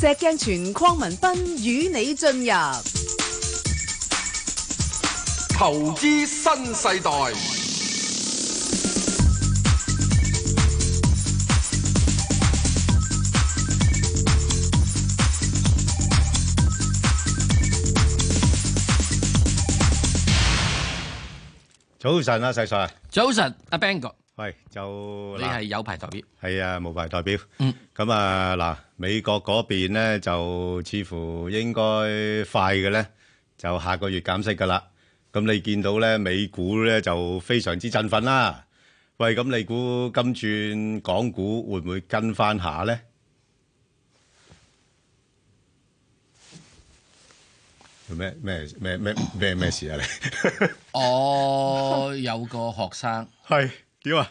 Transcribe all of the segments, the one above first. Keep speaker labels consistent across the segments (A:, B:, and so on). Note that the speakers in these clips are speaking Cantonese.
A: 石鏡泉鄺民彬與你進入
B: 投資新世代，
C: 早晨啊，細 Sir，
D: 早晨，阿 Bang 哥，
C: 喂，就
D: 你係有牌 代表，
C: 係啊，無牌代表，
D: 嗯，
C: 咁啊嗱，美國嗰邊咧就似乎應該快嘅咧，就下個月減息噶啦。咁你見到咧美股咧就非常之振奮啦。喂，咁你估今轉港股會唔會跟翻下咧？咩咩咩咩咩咩事啊你？
D: 我哦有個學生，
C: 係點啊？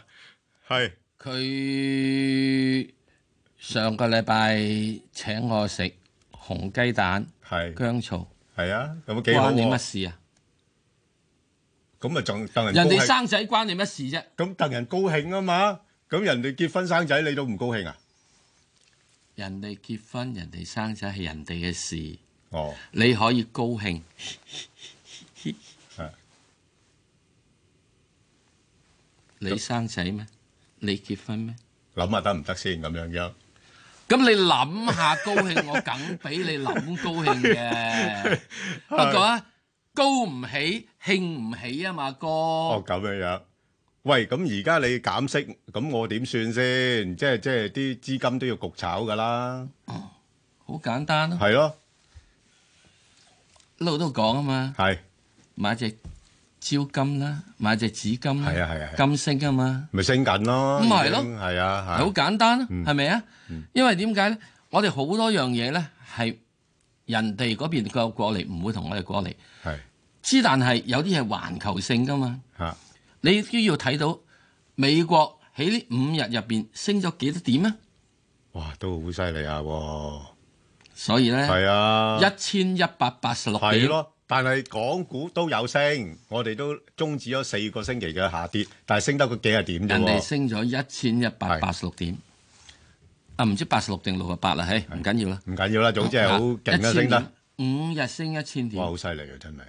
C: 係
D: 佢上個禮拜請我食紅雞蛋
C: 係。
D: 姜醋，
C: 係啊，咁幾好
D: 關你乜
C: 喎！
D: 事啊？
C: 咁啊，仲戥人
D: 人哋
C: 高興
D: 生仔關你乜事啫？
C: 咁戥人高興啊嘛！咁人哋結婚生仔，你都唔高興啊？
D: 人哋結婚，人哋生仔係人哋嘅事，你
C: 哦，
D: 可以高興，
C: 係
D: 你生仔咩？你結婚咩？
C: 諗下得唔得先咁樣樣？
D: 咁你諗下高興，我梗俾你諗高 興嘅。不過啊，高唔起，興唔起啊嘛，哥。
C: 哦，咁樣樣。喂，咁而家你減息，咁我點算先？即係即係啲資金都要焗炒㗎啦，
D: 好簡單咯，
C: 係咯，
D: 一路都講啊嘛，
C: 係
D: 買隻招金啦，買隻紫金啦，
C: 係啊係啊係啊
D: 金星啊嘛，
C: 咪升緊咯？
D: 咁咪係咯
C: 已經係啊，
D: 好
C: 係
D: 簡單咯，
C: 嗯
D: 係咪啊？因為點解咧？我哋好多樣嘢咧係人哋嗰邊過過嚟，唔會同我哋過嚟。
C: 係
D: 之但係有啲係環球性噶嘛。
C: 嚇
D: 你都要睇到美國喺呢五日入邊升咗幾多點啊？
C: 哇，都好犀利啊！喎，
D: 所以咧，
C: 係啊，
D: 一千一百八十六
C: 係
D: 點，
C: 咯，但係港股都有升，我哋都終止咗四個星期嘅下跌，但係升得個幾廿點啫
D: 人哋
C: 喎。
D: 升咗一千一百八十六點，啊唔知八十六定六十八啦，嘿，唔緊要啦。
C: 唔緊要啦，總之係好勁啦，
D: 啊
C: 升得，，
D: 五日升一千
C: 哇，
D: 點，
C: 好犀利啊，真係，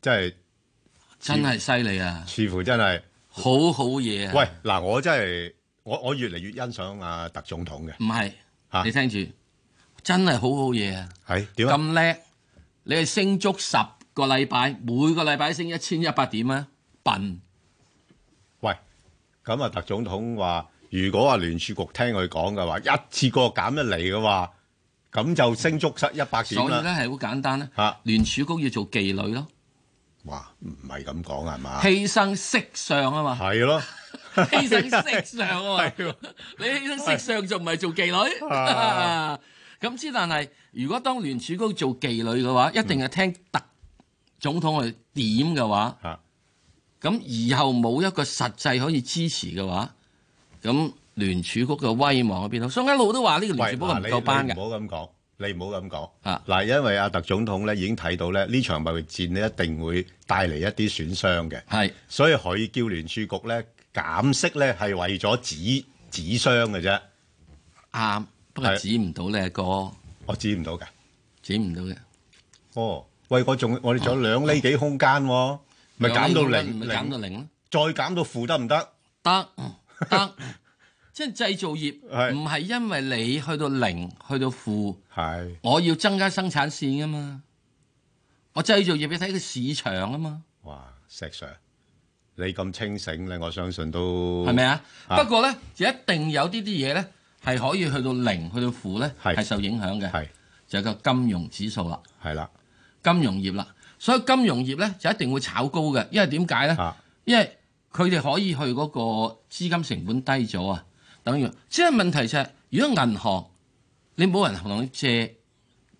C: 真係
D: 真係犀利啊！
C: 似乎真係，
D: 好好嘢啊！
C: 喂，嗱，我真係我我越嚟越欣賞阿特總統嘅，
D: 唔係
C: 嚇
D: 你聽住，真係好好嘢啊！
C: 係點啊？
D: 咁叻，你係升足十個禮拜，每個禮拜升一千一百點啊！笨，
C: 喂，咁啊，特總統話，如果啊聯儲局聽佢講嘅話，一次過減一嚟嘅話，咁就升足七一百
D: 所
C: 點
D: 以咧
C: 啦。
D: 係好簡單啦。
C: 嚇，
D: 聯儲局要做妓女咯，
C: 哇，唔係咁講係嘛？
D: 犧牲色相啊嘛。
C: 係咯。
D: 犧牲色相啊嘛
C: 係喎，
D: 你犧牲色相仲唔係做妓女
C: 啊？
D: 咁之但係，如果當聯儲局做妓女嘅話，一定係聽特總統去點嘅話，
C: 嚇
D: 咁以後冇一個實際可以支持嘅話，咁聯儲局嘅威望喺邊度？所以我一路都話呢個聯儲
C: 喂，
D: 局
C: 嗱，
D: 係唔
C: 你
D: 夠班
C: 你
D: 嘅。
C: 唔好咁講，你唔好咁講。
D: 啊
C: 嗱，因為阿特總統咧已經睇到咧呢場貿易戰咧一定會帶嚟一啲損傷嘅，
D: 係
C: 所以佢叫聯儲局咧減息咧係為咗止止傷嘅啫，
D: 啱，不過
C: 係
D: 指唔到呢個，
C: 我止唔到㗎。
D: 指唔到嘅。
C: 哦，喂，我仲我哋仲有兩厘幾空間喎，咪減到零
D: 咪減到
C: 零，
D: 零咯。
C: 再減到負得唔得？
D: 得嗯得， 即係製造業
C: 係
D: 唔係因為你去到零去到負，
C: 係
D: 我要增加生產線啊嘛。我製造業要睇個市場啊嘛，
C: 哇，石 Sir，你咁清醒咧，我相信都
D: 係咪啊？
C: 啊
D: 不過咧，就一定有啲啲嘢咧係可以去到零去到負咧
C: 係
D: 係受影響嘅，
C: 係
D: 就係個金融指數啦，
C: 係啦
D: 金融業啦。所以金融業咧就一定會炒高嘅，因為點解咧？
C: 嚇
D: 因為佢哋可以去嗰個資金成本低咗啊，等於即係問題就係、如果銀行你冇人同你借，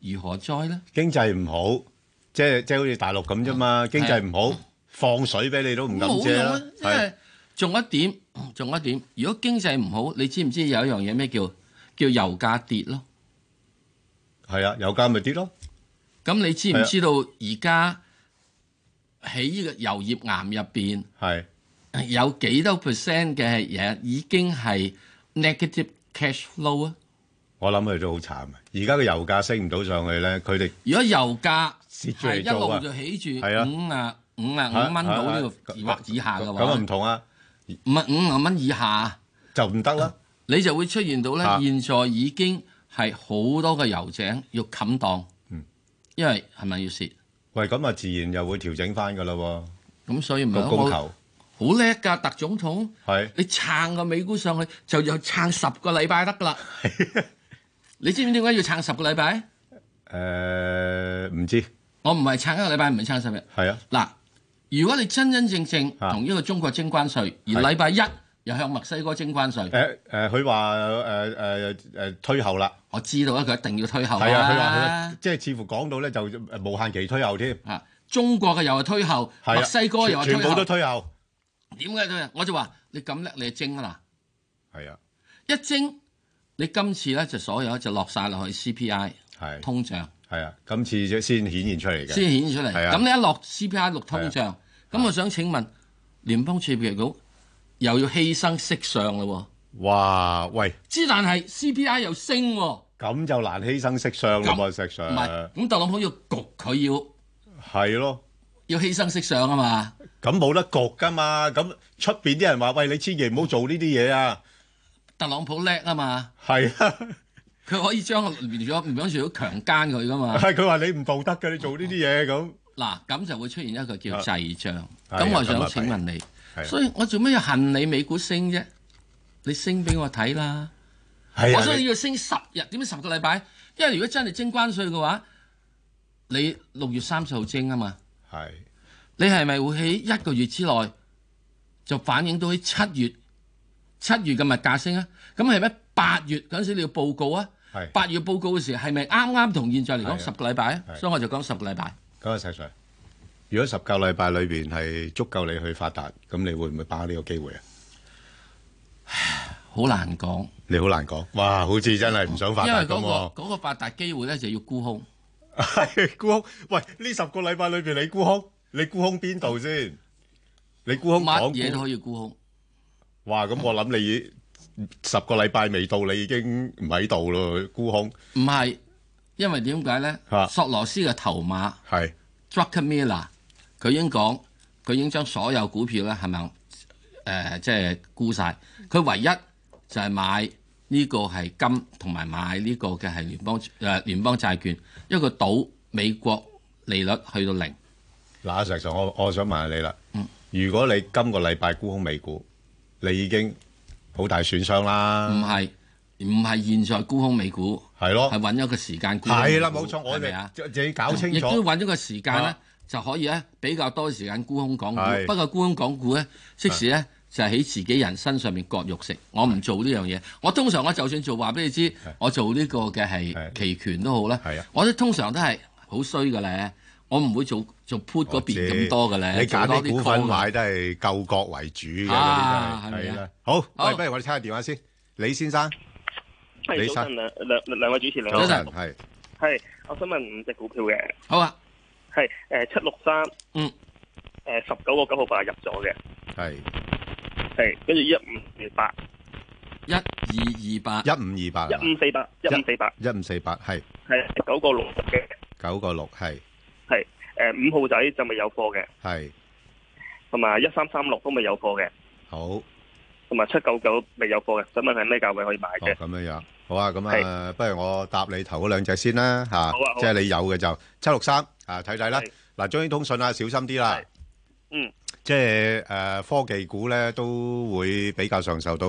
D: 如何災咧？
C: 經濟唔好，即係即係好似大陸咁啫嘛。經濟唔好，放水俾你都唔敢
D: 冇
C: 借
D: 用
C: 啦
D: 啊！即。係仲有一點，仲有一點，如果經濟唔好，你知唔知有一樣嘢咩叫叫油價跌咯？
C: 係啊，油價咪跌咯。
D: 咁你知
C: 係
D: 唔
C: 啊
D: 知道而家喺呢個油業岩入邊
C: 係
D: 有幾多 percent 嘅嘢已經係 negative cash flow 啊？
C: 我諗佢都好慘啊！而家個油價升唔到上去咧，佢哋
D: 如果油價
C: 蝕住
D: 係
C: 嚟
D: 一
C: 做啊
D: 路就起住
C: 係啊
D: 五啊五啊五蚊到呢個以或以下嘅
C: 咁啊唔
D: 話，
C: 同啊，
D: 五啊五啊蚊以下，
C: 就唔得啦。
D: 你就會出現到
C: 啊
D: 咧，現在已經係好多嘅油井要冚檔，
C: 嗯
D: 因為係咪要蝕？
C: 喂，咁啊自然又會調整翻噶啦喎，
D: 咁所以咪
C: 個
D: 好
C: 供求
D: 好叻㗎，特總統，
C: 係
D: 你撐個美股上去就有撐十個禮拜 得㗎啦。你知唔知點解要撐十個禮拜？
C: 誒唔知
D: 我唔係撐一個禮拜，唔係撐十日。
C: 係啊
D: 嗱，如果你真真正正
C: 啊
D: 同呢個中國徵關税，而
C: 係
D: 禮拜一又向墨西哥徵關税，
C: 誒誒，佢話誒誒誒推後啦，
D: 我知道咧佢一定要推後
C: 係啊，佢話
D: 啦
C: 佢。即係似乎講到咧就誒無限期推後添，
D: 啊，中國嘅又係推後，
C: 係啊
D: 墨西哥又係
C: 全全
D: 推
C: 部
D: 後
C: 都，推後，
D: 點解推後？啊我就話你咁叻，你就徵啦。
C: 係啊，
D: 一徵，你今次咧就所有就落晒落去 CPI
C: 係
D: 通脹，
C: 係啊，今次先顯現出嚟嘅，
D: 先顯現出嚟。
C: 係啊啊
D: 咁你一落 CPI 落通脹，咁我想請問聯邦儲備局又要犧牲息上嘞喎？
C: 哇！喂，
D: 之但係 CPI 又升喎。
C: 咁就難犧牲色相啦喎，
D: 咁
C: 石
D: 唔係
C: Sir，，
D: 咁特朗普要焗佢
C: 係咯。
D: 要要犧牲色相啊嘛，
C: 咁冇得焗噶嘛，咁出邊啲人話：喂，你千祈唔好做呢啲嘢啊！
D: 特朗普叻啊嘛，
C: 係啊，
D: 佢可以將聯咗聯邦儲咗強姦佢 噶嘛，
C: 佢話你唔道德嘅，你做呢啲嘢咁。
D: 嗱咁就會出現一個叫滯脹。
C: 啊係
D: 咁我
C: 咁
D: 想
C: 啊
D: 請問你
C: 係，
D: 所以我做咩要恨你美股升啫？你升俾我睇啦，
C: 係
D: 我
C: 啊
D: 想你
C: 你，
D: 要升十日，點解十個禮拜？因為如果真係徵關税嘅話，你六月三十號徵啊嘛，
C: 係
D: 你係咪會喺一個月之內就反映到喺七月七月嘅物價升啊？咁係咪八月嗰陣時你要報告啊？
C: 係
D: 八月報告嘅時候係咪啱啱同現在嚟
C: 係啊
D: 講十個禮拜啊
C: 係？
D: 所以我就講十個禮拜。
C: 咁啊，石 Sir，如果十個禮拜裏邊係足夠你去發達，咁你會唔會把握呢個機會啊？
D: 好難講，
C: 你好難講，哇！好似真係唔想發
D: 因為
C: 達
D: 嗰、
C: 咁
D: 個嗰個發達機會咧就要沽空。
C: 喎。係 沽空，喂！呢十個禮拜裏邊你沽空，你沽空邊度先？你沽空港
D: 乜嘢都
C: 股，
D: 可以沽空。
C: 哇！咁我諗你十個禮拜未到，你已經唔喺度咯，沽空
D: 唔係，因為點解咧
C: 啊？
D: 索羅斯嘅頭馬
C: 係
D: Druckenmiller 佢已經講，佢已經將所有股票咧係咪誒即係沽晒。佢唯一就係買呢個係金，同埋買呢個嘅係聯邦誒、聯邦債券，因為佢賭美國利率去到零。
C: 嗱，阿石 Sir，我我想問下你啦，如果你今個禮拜沽空美股，你已經好大損傷
D: 唔
C: 啦，
D: 係唔係現在沽空美股，
C: 係咯
D: 係，揾咗個時間沽空美股。
C: 係啦，冇錯，我
D: 係咪
C: 哋
D: 啊，
C: 自自己搞清
D: 亦都
C: 楚，
D: 揾咗個時間咧
C: 啊，
D: 就可以咧比較多時間沽空港
C: 係
D: 股。不過沽空港股咧，即使咧就係喺自己人身上面割肉食，我唔做呢樣嘢。我通常我就算做話俾你知，我做呢個嘅
C: 係
D: 係期權都好啦
C: 係啊，
D: 我都通常都係好衰嘅咧，我唔會做做 put 嗰邊咁多嘅咧，
C: 你揀
D: 做
C: 啲
D: 多啲
C: 股份
D: call 嘅
C: 買都係救國為主嘅
D: 啊
C: 嗰啲真係，
D: 係咪啊
C: 係啦。好，喂，
D: 好
C: 不如我哋聽下電話先，李先生，李
E: 係早
C: 生
E: 晨兩兩兩位主持，兩
D: 早
E: 位
D: 晨
C: 係
E: 係，我想問五隻股票嘅，
D: 好啊，
E: 係誒七六三，
D: 嗯，
E: 誒十九個九號八入咗嘅，
C: 係
E: 係跟住一五四八，
D: 一二二八，
C: 一五二八
E: 一五四八，一五四八，
C: 一五四八係
E: 係九個六嘅，
C: 九個六係
E: 係誒五號仔就咪有貨嘅，
C: 係
E: 同埋一三三六都咪有貨嘅，
C: 好哦
E: 同埋七九九未有貨嘅，想問係咩價位可以買嘅？
C: 咁樣樣，好啊，咁啊，不如我答你頭嗰兩隻先啦嚇
E: 好啊，好
C: 即
E: 啊
C: 係你有嘅就七六三啊，睇睇啦
E: 係。
C: 嗱，中英通訊啊，小心啲啦
E: 係。嗯，
C: 即係誒、呃科技股咧，都會比較上受到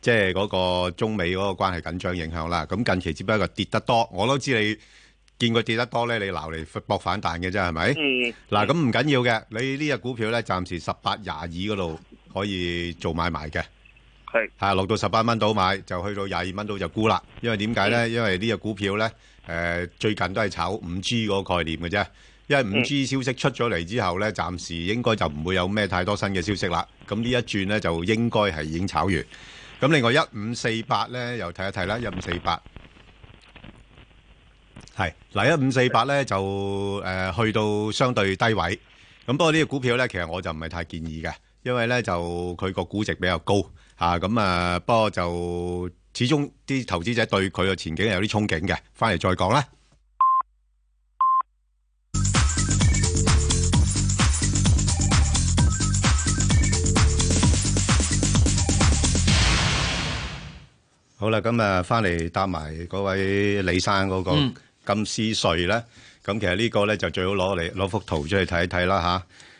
C: 即係嗰個中美嗰個關係緊張影響啦。咁近期只不過跌得多，我都知你見佢跌得多咧，你鬧嚟搏反彈嘅啫，係咪？
E: 嗯，
C: 嗱，咁唔緊要嘅，你呢只股票咧，暫時十八廿二嗰度可以做買賣嘅。
E: 係
C: 啊，落到十八蚊到買，就去到廿二蚊到就沽啦。因為點解咧？因為呢只股票咧，誒、最近都係炒五 G 嗰個概念嘅啫。因為五 G 消息出咗嚟之後咧，暫時應該就唔會有咩太多新嘅消息啦。咁呢一轉咧就應該係已經炒完。咁另外一五四八咧，又睇一睇啦，一五四八。係嗱，一五四八咧就誒、呃去到相對低位，咁不過呢個股票咧，其實我就唔係太建議嘅，因為咧就佢個估值比較高嚇，咁啊不過就始終啲投資者對佢嘅前景係有啲憧憬嘅。翻嚟再講啦。好啦，咁啊，翻嚟答埋嗰位李生嗰
D: 嗯
C: 個金絲穗咧。咁其實呢個咧就最好攞嚟攞幅圖出嚟睇一睇啦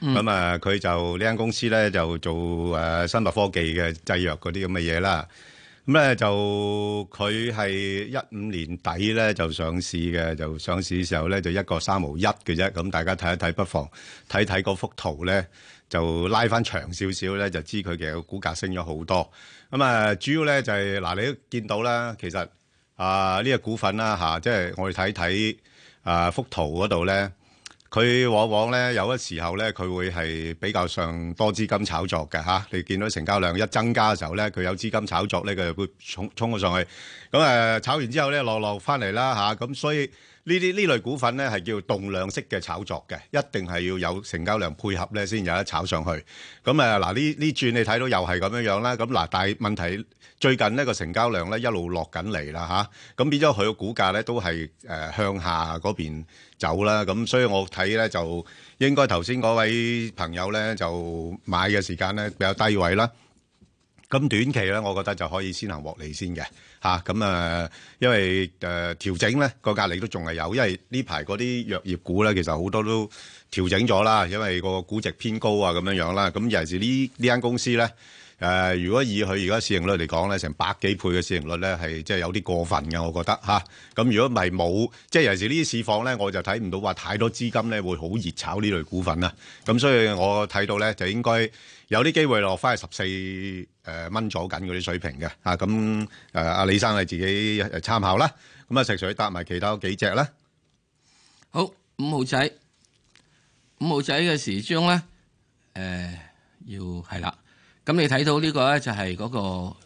C: 吓，咁啊，佢就呢間公司咧就做誒生物科技嘅製藥嗰啲咁嘅嘢啦。咁咧就佢係一五年底咧就上市嘅，就上市時候咧就一個三毫一嘅啫。咁大家睇一睇，不妨睇睇嗰幅圖咧，就拉翻長少少咧，就知佢嘅股價升咗好多。咁啊，主要咧就係、嗱，你都見到啦，其實啊呢、個股份啦嚇、即係我哋睇睇啊幅圖嗰度咧。佢往往咧有一時候咧，佢會係比較上多資金炒作嘅嚇、你見到成交量一增加嘅時候咧，佢有資金炒作咧，佢就會衝衝咗上去。咁誒、呃炒完之後咧，落落翻嚟啦嚇。咁、所以呢啲呢類股份咧係叫動量式嘅炒作嘅，一定係要有成交量配合咧先有得炒上去。咁誒嗱呢呢轉你睇到又係咁樣樣啦。咁嗱，但係問題最近呢個成交量咧一路落緊嚟啦嚇。咁變咗佢個股價咧都係誒、呃向下嗰邊走啦，咁所以我睇咧就應該頭先嗰位朋友咧就買嘅時間咧比較低位啦。咁短期咧，我覺得就可以先行獲利先嘅嚇。咁啊，因為誒、呃、調整咧個壓力都仲係有，因為呢排嗰啲藥業股咧，其實好多都調整咗啦，因為個估值偏高啊咁樣樣啦。咁尤其是呢呢間公司咧。誒、如果以佢而家市盈率嚟講咧，成百幾倍嘅市盈率咧，係即係有啲過分嘅，我覺得嚇。咁、如果唔係冇，即係尤其是呢啲市況咧，我就睇唔到話太多資金咧會好熱炒呢類股份啦。咁所以我睇到咧就應該有啲機會落翻去十四誒蚊左緊嗰啲水平嘅嚇。咁誒阿李生你自己誒參考啦。咁啊，石水搭埋其他幾隻啦。
D: 好五號仔，五號仔嘅時鐘咧，誒、要係啦。咁你睇到呢個咧就係嗰、個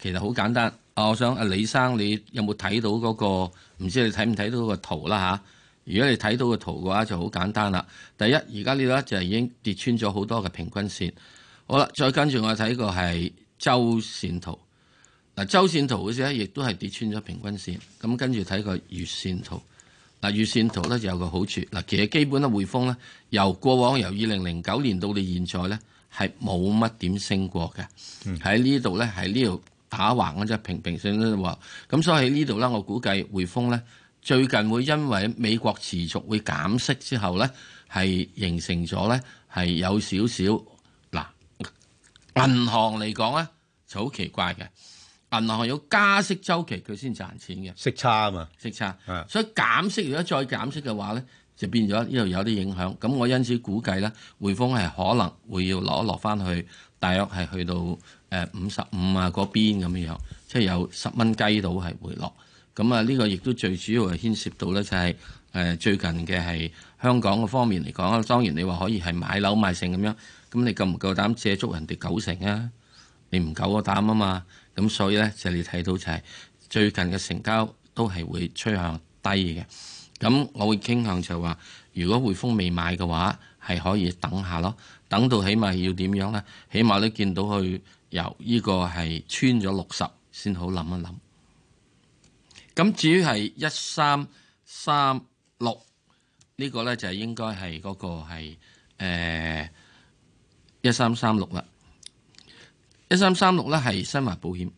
D: 其實好簡單。啊，我想阿李生，你有冇睇到嗰、個？唔知你睇唔睇到個圖啦嚇、如果你睇到個圖嘅話，就好簡單啦。第一，而家呢度咧就已經跌穿咗好多嘅平均線。好啦，再跟住我睇個係周線圖。嗱，周線圖嘅時咧，亦都係跌穿咗平均線。咁跟住睇個月線圖。嗱，月線圖咧就有個好處。嗱，其實基本咧匯豐咧，由過往由二零零九年到你現在咧，係冇乜點升過嘅。喺呢度咧，喺呢度打橫嗰只平平線咧喎。咁所以喺呢度咧，我估計匯豐咧最近會因為美國持續會減息之後咧，係形成咗咧係有少少嗱。銀行嚟講咧就好奇怪嘅，銀行有加息周期佢先賺錢嘅
C: 息差啊嘛，
D: 息差
C: 啊，
D: 所以減息如果再減息嘅話咧，就變咗呢度有啲影響。咁我因此估計咧，匯豐係可能會要攞落翻去，大約係去到誒五十五啊嗰邊咁樣樣，即係有十蚊雞到係回落。咁啊，呢個亦都最主要係牽涉到咧，就係誒最近嘅係香港嘅方面嚟講啦。當然你話可以係買樓買成咁樣，咁你夠唔夠膽借足人哋九成啊？你唔夠我膽啊嘛。咁所以咧就你睇到就係最近嘅成交都係會趨向低嘅。咁我會傾向就話，如果匯豐未買嘅話，係可以等下咯。等到起碼要點樣呢？起碼都見到佢由呢個係穿咗六十先好諗一諗。咁至於係一三三六呢個呢，就係應該係嗰個係誒一三三六啦。一三三六呢係新華保險。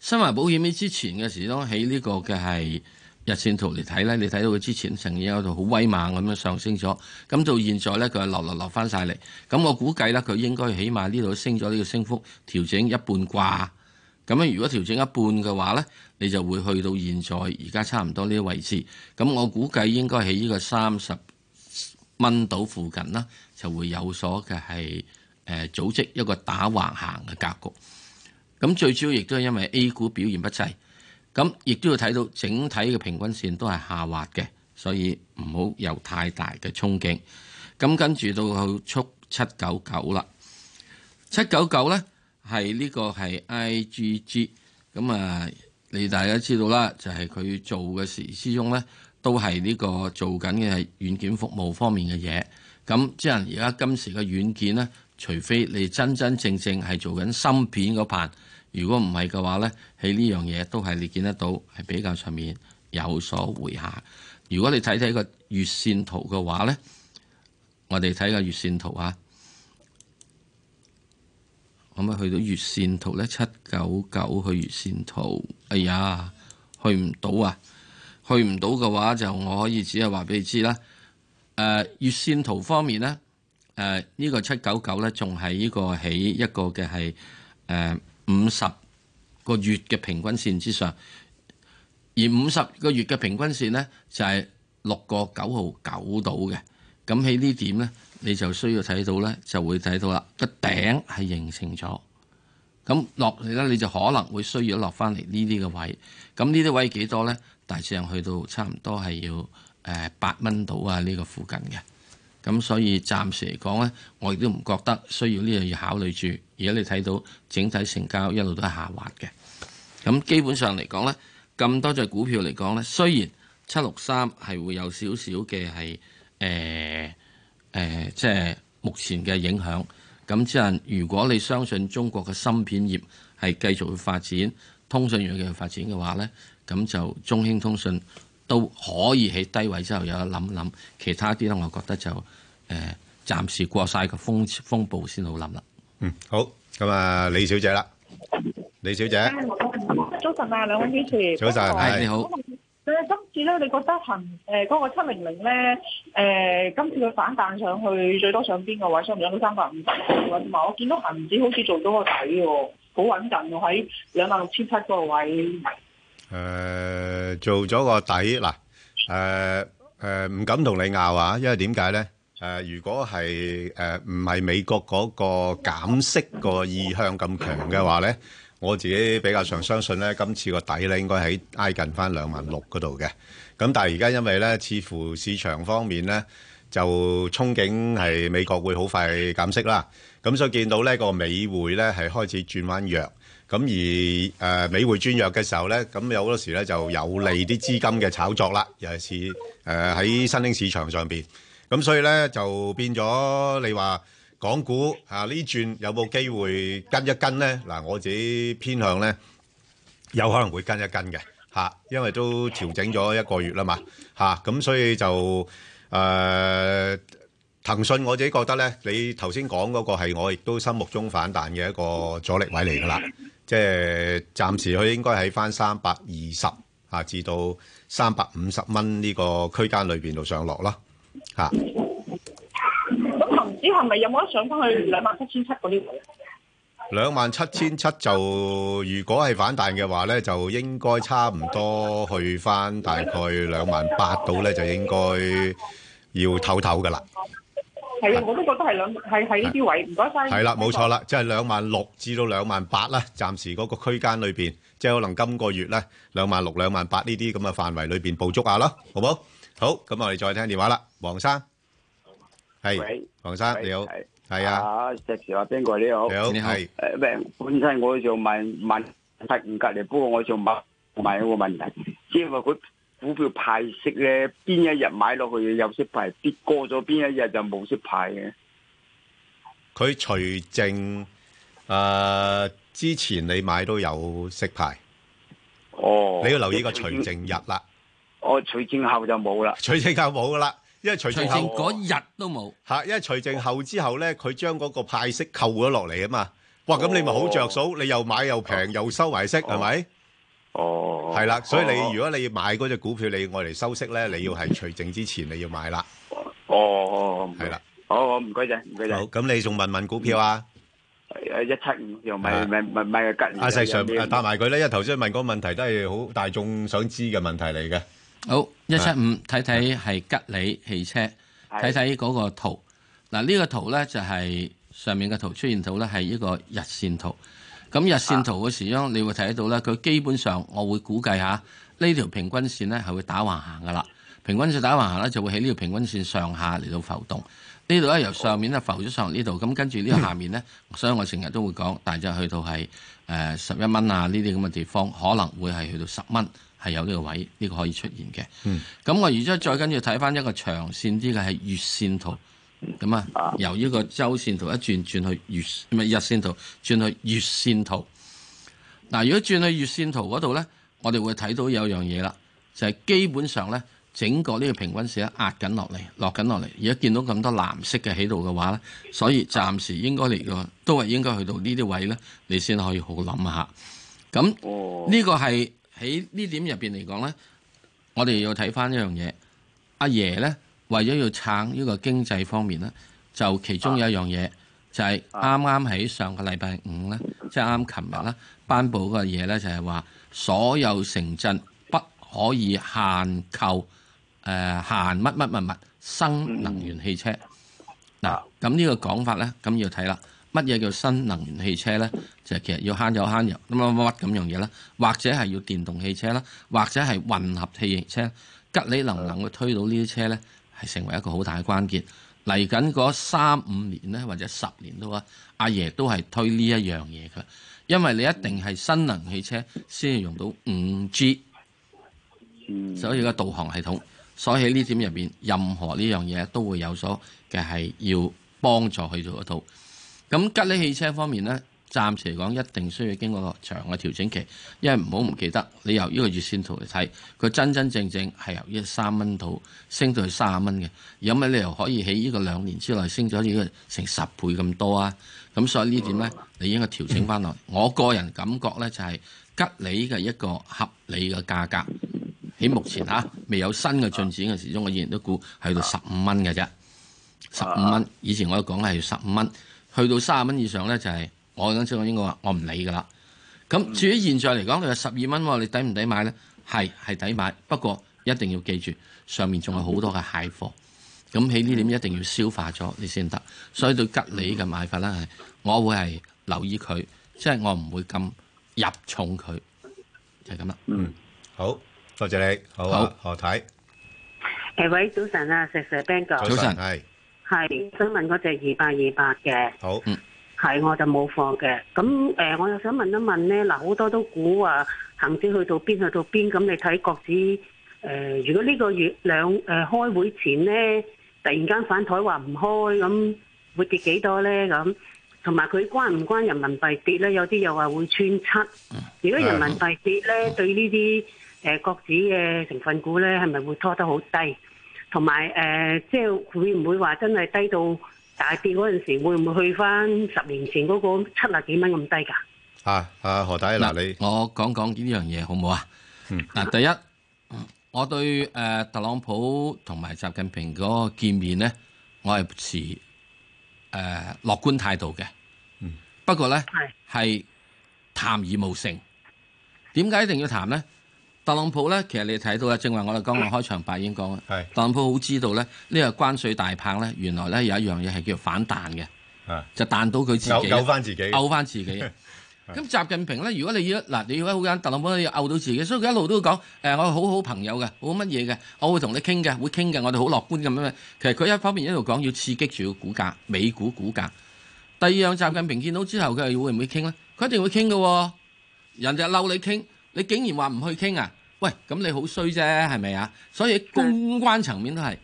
D: 新華保險呢之前嘅時都喺呢個嘅係日線圖嚟睇咧，你睇到佢之前曾經有度好威猛咁樣上升咗，咁到現在咧佢係落落落翻晒嚟，咁我估計咧佢應該起碼呢度升咗呢個升幅調整一半啩，咁樣如果調整一半嘅話咧，你就會去到現在而家差唔多呢個位置，咁我估計應該喺呢個三十蚊到附近啦，就會有所嘅係誒組織一個打橫行嘅格局。咁最主要亦都係因為 A 股表現不濟，咁亦都要睇到整體嘅平均線都係下滑嘅，所以唔好有太大嘅憧憬。咁跟住到去速七九九啦，七九九呢係呢個係 IGG，咁啊你大家知道啦，就係、佢做嘅時之中呢，都係呢個做緊嘅係軟件服務方面嘅嘢。咁即係而家今時嘅軟件呢，除非你真真正正係做緊芯片嗰盤，如果唔係嘅話呢，喺呢樣嘢都係你見得到係比較上面有所回下。如果你睇睇個月線圖嘅話呢，我哋睇個月線圖啊，可唔啊可以去到月線圖呢？七九九去月線圖，哎呀，去唔到啊！去唔到嘅話，就我可以只係話俾你知啦。誒、月線圖方面呢，誒、呢、個七九九呢，仲係呢個喺一個嘅係誒呃五十個月嘅平均線之上，而五十個月嘅平均線呢，就係六個九毫九到嘅。咁喺呢點呢，你就需要睇到呢，就會睇到啦，個頂係形成咗。咁落嚟咧，你就可能會需要落翻嚟呢啲嘅位。咁呢啲位幾多咧？大致上去到差唔多係要誒八蚊到啊呢個附近嘅。咁所以暫時嚟講咧，我亦都唔覺得需要呢樣要考慮住。而家你睇到整體成交一路都係下滑嘅。咁基本上嚟講咧，咁多隻股票嚟講咧，雖然七六三係會有少少嘅係誒誒，即係目前嘅影響。咁之但如果你相信中國嘅芯片業係繼續去發展，通訊業嘅發展嘅話咧，咁就中興通訊都可以喺低位之後有得諗諗。其他啲咧，我覺得就誒、呃、暫時過晒個風風暴先好諗啦。
C: 嗯，好，咁啊，李小姐啦，李小姐，
F: 早晨啊，兩位主持。
C: 早晨係
D: 係你好，
F: 誒，今次咧，你覺得恒誒嗰個七零零咧，誒呃今次佢反彈上去最多上邊個位？上唔上到三百五十個位？同埋我見到恒指好似做到個底喎，好穩陣喎，喺兩萬六千七嗰個位。
C: 誒、做咗個底嗱，誒誒唔敢同你拗啊，因為點解咧？誒、如果係誒唔係美國嗰個減息個意向咁強嘅話咧，我自己比較上相信咧，今次個底咧應該喺挨近翻兩萬六嗰度嘅。咁但係而家因為咧，似乎市場方面咧就憧憬係美國會好快減息啦，咁所以見到呢個美匯咧係開始轉彎弱。咁而誒、呃美匯轉弱嘅時候咧，咁有好多時咧就有利啲資金嘅炒作啦，尤其是誒喺新興市場上邊。咁所以咧就變咗你話港股啊呢轉有冇機會跟一跟咧？嗱，我自己偏向咧。有可能會跟一跟嘅嚇、因為都調整咗一個月啦嘛嚇，咁、所以就誒、呃、騰訊我自己覺得咧，你頭先講嗰個係我亦都心目中反彈嘅一個阻力位嚟㗎啦，即係暫時佢應該喺翻三百二十嚇至到三百五十蚊呢個區間裏邊度上落啦啊嚇。
F: 咁恒指係咪有冇得上翻去兩萬七千七嗰啲位？
C: 兩萬七千七就如果係反彈嘅話咧，就應該差唔多去翻大概兩萬八到咧，就應該要唞唞噶啦。
F: 係啊，我都覺得係兩係喺呢啲位。唔該晒。
C: 係啦，冇錯啦，即係兩萬六至到兩萬八啦，暫時嗰個區間裏邊，即係可能今個月咧兩萬六、兩萬八呢啲咁嘅範圍裏邊捕捉下啦，好冇？好，咁我哋再聽電話啦，黃生，係
G: 喂，
C: 黃生
G: 喂
C: 你好，
G: 係
C: 係啊，
G: 啊，石 Sir 啊，邊個你好？
C: 你好，
D: 你好
C: 係
G: 誒喂，本身我就問問七五隔離，不過我就問問一個問題，因為佢股票派息咧，邊一日買落去有息派，跌過咗邊一日就冇息派嘅。
C: 佢除淨誒之前你買都有息牌。
G: 哦，
C: 你要留意個除淨日啦，
G: 我除證後就冇啦。
C: 除淨後冇噶啦，因為除
D: 除
C: 淨
D: 正
C: 後
D: 嗰日都冇。
C: 嚇，因為除淨後之後咧，佢將嗰個派息扣咗落嚟啊嘛。哇，咁你咪好着數，你又買又平又收埋息，係咪？
G: 哦，
C: 係啦，所以你如
G: 果
C: 果你買嗰只股票，你愛嚟收息咧，你要係除淨之前你要買啦，
G: 哦，
C: 係啦。
G: 好，好唔該晒，唔該晒
C: 好，。咁你仲問問股票啊？
G: 誒一七五又
C: 啊
G: 咪咪咪咪隔離。
C: 阿石 Sir 啊答
G: 埋。
C: 埋佢咧，因為頭先問嗰個問題都係好大眾想知嘅問題嚟嘅。
D: 好，一七五睇睇係吉利汽車，睇
G: 係
D: 睇嗰個圖。嗱，呢個圖咧就係上面嘅圖出現到咧係一個日線圖。咁日線圖嘅時鐘，你會睇到咧，佢基本上我會估計下呢條平均線咧係會打橫行噶啦。平均線打橫行咧就會喺呢條平均線上下嚟到浮動。呢度咧由上面咧浮咗上呢度，咁跟住呢個下面咧，所以我成日都會講，大致去到係誒十一蚊啊呢啲咁嘅地方，可能會係去到十蚊，係有呢個位，呢、個可以出現嘅。咁、我而家再跟住睇翻一個長線啲嘅係月線圖，咁啊
G: 啊，
D: 由呢個周線圖一轉轉去月唔係日線圖，轉去月線圖。嗱，如果轉去月線圖嗰度咧，我哋會睇到有樣嘢啦，就係、基本上咧，整個呢個平均線咧壓緊落嚟，落緊落嚟。而家見到咁多藍色嘅喺度嘅話咧，所以暫時應該嚟講都係應該去到呢啲位咧，你先可以好諗下。咁
G: 哦，
D: 呢個係喺呢點入邊嚟講呢，我哋要睇翻一樣嘢。阿爺呢，為咗要撐呢個經濟方面呢，就其中有一樣嘢就係啱啱喺上個禮拜五呢，即係啱琴日啦，頒布嗰個嘢呢，就係話所有城鎮不可以限購誒、呃限乜乜乜物新能源汽車。嗱，咁呢個講法咧，咁要睇啦。乜嘢叫新能源汽車咧？就係其實要慳油慳油乜乜乜咁樣嘢啦，或者係要電動汽車啦，或者係混合汽車。吉利能唔能夠推到呢啲車咧，係成為一個好大嘅關鍵。嚟緊嗰三五年咧，或者十年都啊，阿爺都係推呢一樣嘢㗎。因為你一定係新能源汽車先要用到五 G。
G: 嗯
D: 所以個導航系統，所以喺呢點入邊，任何呢樣嘢都會有所嘅係要幫助去做得到。咁吉利汽車方面呢，暫時嚟講一定需要經過個長嘅調整期，因為唔好唔記得，你由呢個月線圖嚟睇，佢真真正正係由呢三蚊度升到去三十蚊嘅，有乜理由可以喺呢個兩年之內升咗呢個成十倍咁多啊？咁所以呢點呢，你應該調整翻落嚟。我個人感覺呢，就係、吉利嘅一個合理嘅價格。喺目前嚇、未有新嘅進展嘅時鐘，我依然都估係到十五蚊嘅啫，十五蚊。以前我都講係十五蚊，去到三十蚊以上咧就係、我嗰陣時我應該話我唔理噶啦。咁至於現在嚟講，你話十二蚊喎，你抵唔抵買咧？係係抵買，不過一定要記住上面仲有好多嘅蟹貨。咁喺呢點一定要消化咗你先得，所以對吉利嘅買法咧係，我會係留意佢，即係我唔會咁入重佢，就係咁啦。
C: 好，多謝你。好啊，何太。
H: 诶，喂，早晨啊，石 Sir Ben 哥，
D: 早晨。
H: 系想問嗰只二八二八
C: 係，
H: 嘅，
C: 好。
D: 嗯。
H: 係我就冇貨嘅。咁诶、誒我又想問一問咧，嗱，好多都估話恒指去到邊去到邊，咁你睇國指诶、誒如果呢個月兩诶、開會前咧，突然間反台話唔開，咁會跌幾多咧？咁同埋佢關唔關人民幣跌咧？有啲又話會穿七。如果人民幣跌咧，對呢啲诶國指嘅成分股咧，係咪會拖得好低？同埋誒，即係會唔會話真係低到大跌嗰陣時，會唔會去翻十年前嗰個七啊幾蚊咁低㗎？
C: 啊，啊，何太，嗱，
D: 嗯
C: 你-嗯
D: 我講講呢樣嘢好唔好啊？嗱，第一，我對誒、呃特朗普同埋習近平嗰個見面咧，我係持誒、呃、樂觀態度嘅。
C: 嗯
D: 不過咧
H: 係
D: 係談而無成。點解一定要談咧？特朗普咧，其實你睇到啦，正話我哋剛剛開場白已經講啦。
C: 係
D: 特朗普好知道咧，呢個關税大棒咧，原來咧有一樣嘢係叫反彈嘅，
C: 啊，
D: 就彈到佢自己哦
C: 扭-
D: 呢
C: 扭返自己。
D: 勾 翻自己。咁習近平咧，如果你要嗱，你要好簡單，特朗普要勾到自己，所以佢一路都會講誒、我係好好朋友嘅，好乜嘢嘅，我會同你傾嘅，會傾嘅，我哋好樂觀咁樣。其實佢一方面一路講要刺激住個股價，美股股價。第二樣，習近平見到之後，佢係會唔會傾咧？佢一定會傾嘅喎。人哋嬲你傾，你竟然話唔去傾啊？喂，咁你好衰啫，係咪啊？所以公關層面都係。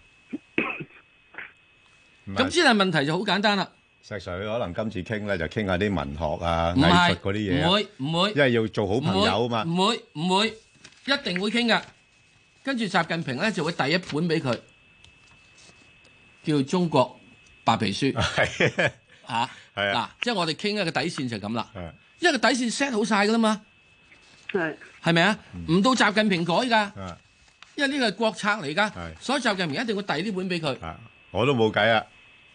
C: 唔係，
D: 咁之但係問題就好簡單啦，
C: 石Sir，可能今次傾呢，就傾下啲文學啊、
D: 唔係
C: 藝術嗰啲嘢啊，
D: 唔會唔會。
C: 因為要做好朋友啊嘛。
D: 唔會唔會，一定會傾噶。跟住習近平咧就會遞一本俾佢，叫《中國白 皮書》啊。
C: 係
D: 嗱
C: 啊，
D: 即係我哋傾一個底線就係咁啦，
C: 係，係，係。
D: 因為個底線 set 好晒噶啦嘛，
H: 係
D: 係咪啊？唔到習近平改㗎，因為呢個係國策嚟㗎，
C: 係
D: 所以習近平一定會遞呢本俾佢。
C: 啊！我都冇計啊，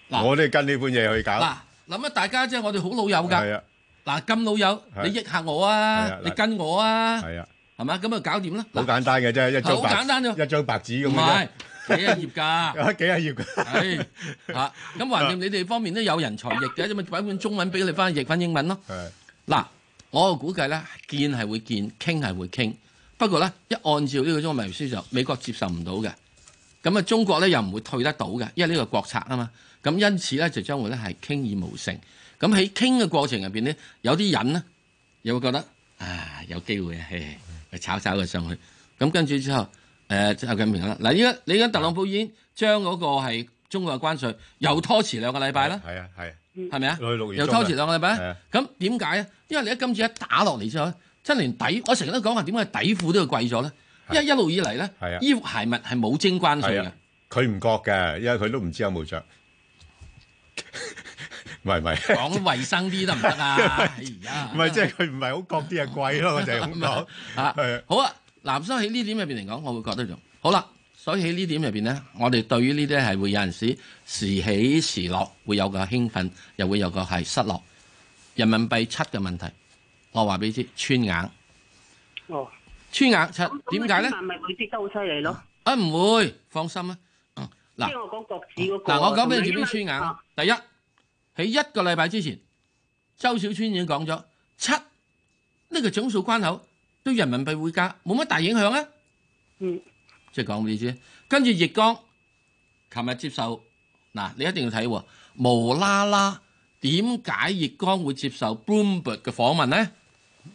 D: 嗱
C: 我都係跟呢款嘢去搞。
D: 嗱，諗啊，大家即係我哋好老友
C: 係
D: 㗎。
C: 啊，
D: 嗱，咁老友，
C: 係
D: 你益下我
C: 係啊
D: 啊，
C: 嗱
D: 你跟我啊，
C: 係啊，
D: 係嘛？咁啊，搞掂啦。
C: 好
D: 嗱
C: 簡單嘅啫，一張白，
D: 好簡單啫
C: 一張白紙咁
D: 唔
C: 嘅
D: 係幾啊頁㗎？
C: 啫，幾啊頁嘅。
D: 係嚇，啊咁橫掂你哋方面都有人才譯嘅，咁咪擺本中文俾你翻譯翻英文咯。
C: 係
D: 嗱，我估計咧，見係會見，傾係會傾。不過咧，一按照呢個中文書就美國接受唔到嘅，咁啊中國咧又唔會退得到嘅，因為呢個國策啊嘛。咁因此咧就將會咧係傾以無成。咁喺傾嘅過程入邊咧，有啲人咧又會覺得啊有機會啊，嘿嘿咪炒炒佢上去。咁跟住之後，誒、習近平啦，嗱依家你而家特朗普已經將嗰個係中國嘅關税又拖遲兩個禮拜啦，
C: 係啊係啊，
D: 係咪啊？
C: 去六月
D: 又
C: 中
D: 拖
C: 啊
D: 遲兩個禮拜
C: 係
D: 啦
C: 啊。
D: 咁點解咧？因為你一今次一打落嚟之後咧，真係連底，我成日都講話點解底褲都要貴咗咧？因為一路以嚟咧
C: 係啊，
D: 衣服鞋襪係冇徵關
C: 係
D: 税
C: 啊
D: 嘅。
C: 佢唔覺嘅，因為佢都唔知有冇着。 唔係唔係，
D: 講衞生啲得唔得 啊？哎呀
C: 唔係即係佢唔係好覺啲嘢貴咯，我就係咁講。
D: 啊
C: 係啊，
D: 好啊，男生喺呢點入邊嚟講，我會覺得仲好啦。所以喺呢點入邊咧，我哋對於呢啲係會有陣時時起時落，會有個興奮，又會有個係失落。人民幣七嘅問題，我話俾你知，穿硬，
H: 哦，
D: 穿硬七點解咧？
I: 啊
H: 咪會跌得好犀利咯。
D: 啊，唔會，放心啊。嗯
H: 即
D: 嗱、
H: 係我講國指嗰個。
D: 嗱，我講俾你知邊
H: 同
D: 穿
H: 埋
D: 眼
H: 因為
D: 啊。第一喺一個禮拜之前，周小川已經講咗七呢個總數關口對人民幣匯價冇乜大影響啊。
H: 嗯，
D: 即係講俾你知。跟住易江，琴日接受嗱，你一定要睇喎，無啦啦點解易江會接受 Bloomberg 嘅訪問呢？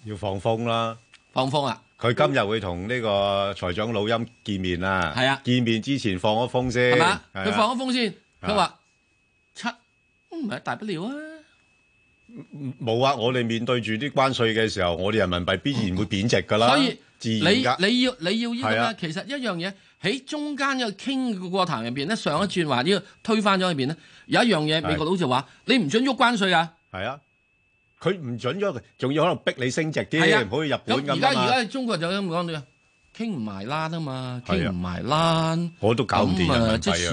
C: 要放風啦。
D: 放風啊啦，
C: 佢今日會同呢個財長老陰見面啊！
D: 係啊
C: 見面之前放咗風先，
D: 係嘛？
C: 係啊
D: 佢放咗風先，佢
C: 啊
D: 話七唔係大不了啊。
C: 冇啊！我哋面對住啲關税嘅時候，我哋人民幣必然會貶值㗎啦，
D: 所以
C: 自然
D: 你
C: 㗎。
D: 你要你要呢個
C: 係啊
D: 咩？其實一樣嘢喺中間嘅傾嘅過程入邊咧，上一轉話呢個推翻咗入邊咧，有一樣嘢美國佬就話你唔准喐關税啊！
C: 係啊，佢唔準咗，仲要可能逼你升值
D: 係
C: 啲，
D: 啊
C: 唔好似日本
D: 咁而
C: 咁
D: 家
C: 啊
D: 而
C: 嘛。
D: 家中國就咁講到，傾唔埋欄啊嘛，
C: 係啊
D: 傾唔埋欄，
C: 我都搞唔掂
D: 咁
C: 人民
D: 啊，
C: 幣
D: 即
C: 啊
D: 時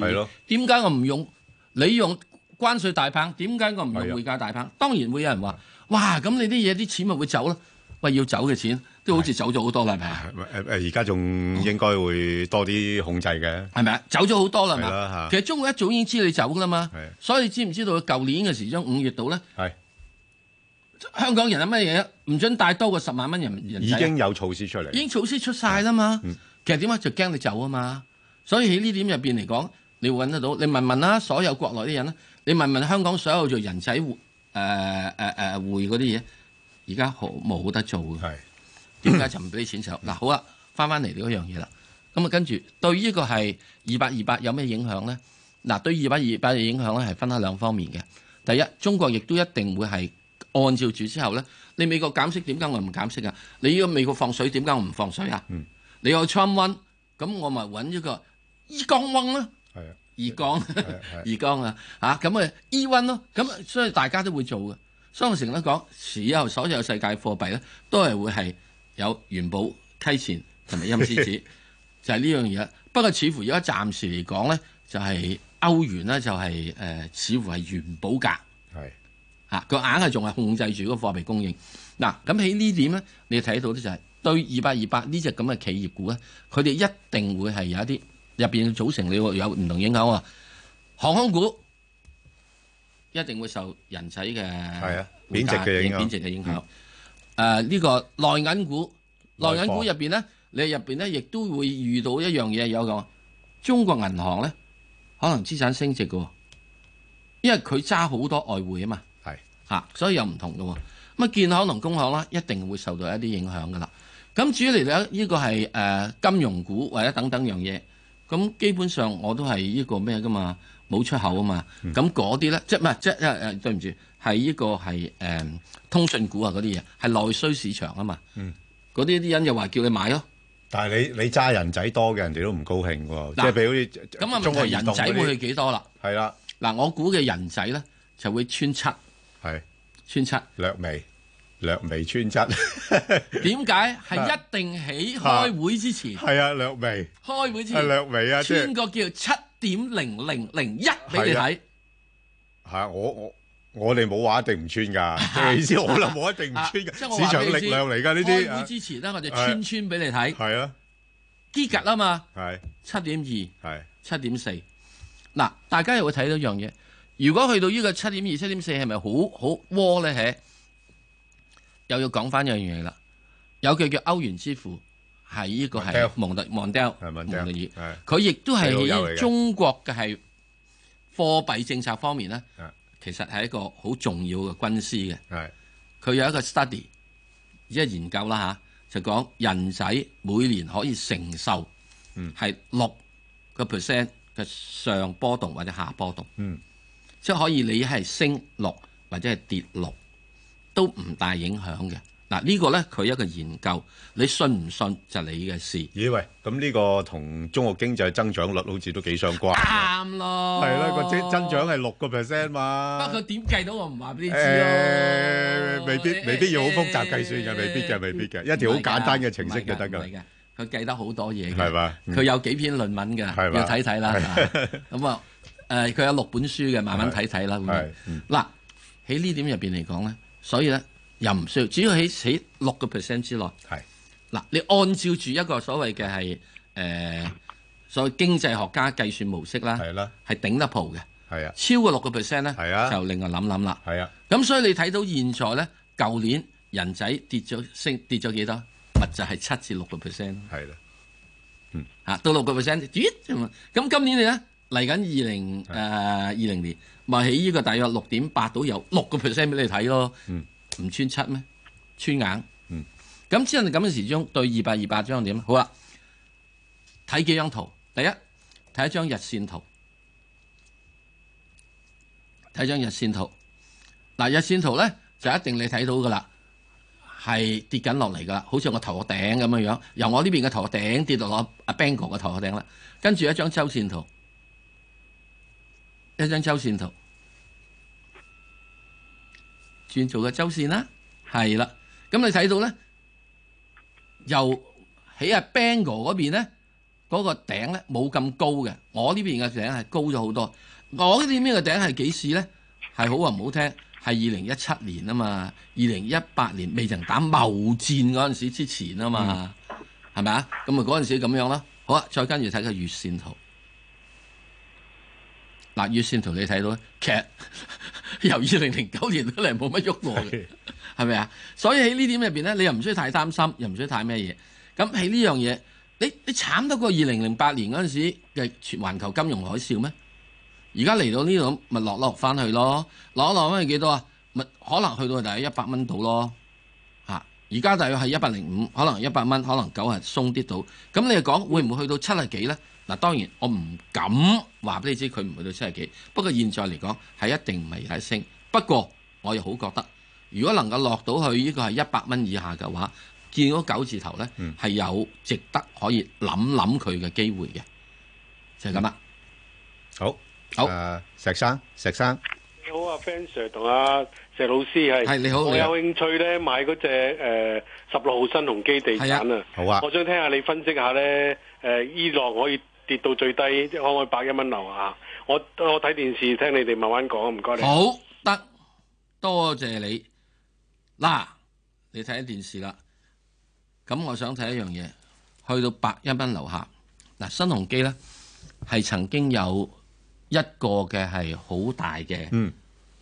C: 係咯。
D: 點解我唔用你用關税大棒？點解我唔用
C: 係啊
D: 匯價大棒？當然會有人話：哇！咁你啲嘢啲錢咪會走咯？喂，要走嘅錢都好似走咗好多啦，係咪啊？
C: 誒誒而家仲應該會多啲控制嘅，
D: 係咪啊？走咗好多啦係
C: 係啦
D: 嘛，
C: 嚇
D: 其實中國一早已經知你走噶啦嘛
C: 啊係，
D: 所以你知唔知道舊年嘅時鐘五月度咧，
C: 係
D: 香港人係乜嘢啊？唔准帶多過十萬蚊人人
C: 已
D: 仔啊
C: 經有嗯措施出
D: 已
C: 嚟，
D: 經措施出晒啦嘛。其實點解就驚你走啊嘛。所以喺呢點入邊嚟講，你會揾得到。你問問啦，所有國內啲人啦，你問問香港所有做人仔匯誒誒誒匯嗰啲嘢，而家好冇得做嘅。
C: 係
D: 點解就唔俾錢走？嗱，好啦，翻翻嚟呢一樣嘢啦。咁啊，跟住對呢個係二百二百有咩影響呢？嗱，對二百二百嘅影響咧係分開兩方面嘅。第一，中國亦都一定會係按照住之後呢，你美國減息點解我唔減息啊？你呢個美國放水點解我唔放水啊？
C: 嗯
D: 你有 Trump one，咁我咪揾呢個伊江 one 啦。
C: 係啊
D: 二
C: 係
D: 江
C: 係，
D: 二江啊，嚇咁啊 E one 咯，咁啊所以大家都會做嘅。所以我成日都講，以後所有世界貨幣咧，都係會係有元寶、溪錢同埋陰司紙，就係呢樣嘢。不過似乎而家暫時嚟講咧，就係、歐元咧就係、呃似乎係元寶價。
C: 係
D: 嚇，佢啊硬係仲係控制住嗰個貨幣供應。嗱，咁喺呢點咧，你睇到咧就係對二八二八呢只咁嘅企業股咧，佢哋一定會係有一啲入邊組成你會有唔同影響喎。航空股一定會受人仔嘅係
C: 啊貶值嘅影響
D: 貶值嘅影響。誒呃呢個內銀股，內銀股入邊咧，你入邊咧亦都會遇到一樣嘢，有個中國銀行咧，可能資產升值嘅喎，因為佢揸好多外匯啊嘛。
C: 係
D: 嚇、所以又唔同嘅喎。咁啊，建行同工行啦，一定會受到一啲影響嘅啦。咁至於嚟講，呢個係誒、呃金融股或者等等樣嘢，咁基本上我都係呢個咩嘅嘛，冇出口啊嘛。咁嗰啲咧，即係唔係即係誒誒對唔住，係呢個係誒、呃通訊股啊嗰啲嘢，係內需市場啊嘛。
C: 嗯
D: 嗰啲啲人又話叫你買咯，
C: 但係你你揸人仔多嘅，人哋都唔高興喎，即
D: 嗱
C: 係譬如
D: 咁
C: 好似
D: 啊問
C: 中國
D: 題
C: 移
D: 人
C: 動
D: 仔
C: 嗰
D: 會
C: 啲
D: 去幾多啦？
C: 係啦，
D: 嗱，我估嘅人仔咧就會穿七，
C: 係。
D: 穿七。
C: 略微略微穿 質，
D: 點解係一定喺開會之前？
C: 係啊，略微
D: 開會之
C: 係
D: 前。
C: 略微啊，即
D: 穿
C: 係
D: 個叫七點零零零一俾你睇，
C: 嚇我我我哋冇話一定唔穿 㗎，即係意思我諗冇一定唔穿
D: 啊
C: 㗎，
D: 即係我話
C: 市場
D: 俾你知
C: 力量嚟㗎呢
D: 開會
C: 啲，啊
D: 之前咧，我就穿穿俾你睇，
C: 係啊，
D: 基格啊嘛，
C: 係
D: 七點二、
C: 係
D: 七點四。嗱，大家又會睇到一樣嘢，如果去到呢個七點二、七點四，係咪好好窩咧？係又要講翻一樣嘢啦，有句叫歐元之父，係呢個
C: Mondale
D: 係蒙特蒙德
C: 係
D: 蒙
C: 咪
D: 特爾，
C: 係
D: 佢亦都係
C: 細佬友嚟
D: 喺
C: 嘅
D: 中國嘅係貨幣政策方面咧
C: 啊，
D: 其實係一個好重要嘅軍師嘅。
C: 係
D: 佢有一個 study，即係研究啦吓，就嗯講人仔每年可以承受係六個 percent 嘅上波動或者下波動，
C: 嗯，
D: 即係可以你係升六或者係跌六都唔大影響嘅。嗱、呢個呢，佢一個研究，你信唔信就你嘅事。
C: 咦喂，咁呢個同中國經濟增長率好似都幾相關。
D: 啱咯，
C: 係啦，個增增長係六個 percent 嘛
D: 不。過點計到我唔話俾你知
C: 誒
D: 咯。
C: 未必未必要好複雜計算嘅未必嘅未必嘅一條好簡單嘅程式就得㗎
D: 唔係㗎。唔係㗎佢計得好多嘢嘅。
C: 係嘛嗯
D: 佢有幾篇論文㗎，
C: 係嘛
D: 要睇睇啦。
C: 係
D: 咁啊，誒佢有六本書嘅，慢慢睇睇啦。會
C: 係嗯
D: 嗱喺呢點入邊嚟講咧，所以咧又唔需要，只要喺喺六個 percent 之內。
C: 係
D: 嗱，你按照住一個所謂嘅係誒所謂經濟學家計算模式啦，
C: 係啦，
D: 係頂得蒲嘅。
C: 係啊，
D: 超過六個 percent 咧，
C: 係啊
D: 就另外諗諗啦。
C: 係啊，
D: 咁所以你睇到現在咧，舊年人仔跌咗升跌咗幾多？咪就係七至六個 percent 咯
C: 係啦，
D: 嚇，啊到六個 percent，咦咁啊咁今年你咧嚟緊二零誒二零年，咪喺呢個大約六點八到有六個 percent 俾你睇咯，
C: 嗯
D: 唔穿七咩？穿硬，
C: 嗯，
D: 咁之後咁嘅時鐘對二百二百張點？好啦，睇幾張圖，第一睇一張日線圖，睇張日線圖，嗱日線圖咧就一定你睇到噶啦。係跌緊落嚟㗎啦，好似我頭殼頂咁樣樣，由我呢邊嘅頭殼頂跌到落阿 Bang 哥嘅頭殼頂啦。跟住一張周線圖，一張周線圖，轉做個周線啦，係啦。咁你睇到咧，由喺阿 Bang 哥嗰邊咧，嗰、個頂咧冇咁高嘅，我呢邊嘅頂係高咗好多。我呢邊嘅頂係幾時咧？係好話唔好聽，係二零一七年啊嘛，二零一八年未曾打貿戰嗰陣時之前啊嘛，係咪啊？咁啊嗰陣時咁樣啦。好啊，再跟住睇個月線圖。嗱，月線圖你睇到咧，其實 由二零零九年都嚟冇乜喐過嘅，係咪啊？所以喺呢點入邊咧，你又唔需要太擔心，又唔需要太咩嘢。咁喺呢樣嘢，你你慘得過二零零八年嗰陣時嘅全環球金融海嘯咩？而家嚟到呢度咪落落翻去咯，落一落翻去幾多啊？咪可能去到大約一百蚊度咯，嚇！而家大約係一百零五，可能一百蚊，可能九啊鬆啲到。咁你又講會唔會去到七啊幾呢？嗱，當然我唔敢話俾你知佢唔去到七啊幾，不過現在嚟講係一定唔係有得升。不過我又好覺得，如果能夠落到去呢個係一百蚊以下嘅話，見到九字頭呢，
C: 嗯
D: 係有值得可以諗諗佢嘅機會嘅，就係咁啦。
C: 好，
D: 好
C: 誒，石生，石生，
J: 你好啊，Ben Sir 同阿石老師係，
D: 係你好
J: 我
D: 你好
J: 有興趣咧買嗰只誒十六號新鴻基地產啊，
C: 好啊
J: 我想聽下你分析下咧，誒伊朗可以跌到最低，即係可唔可以百一蚊樓下？我我睇電視聽你哋慢慢講，唔該你。
D: 好得，多謝你。嗱，你睇電視啦。咁我想睇一樣嘢，去到百一蚊樓下。嗱，新鴻基呢，係曾經有一個嘅係好大嘅誒、
C: 嗯，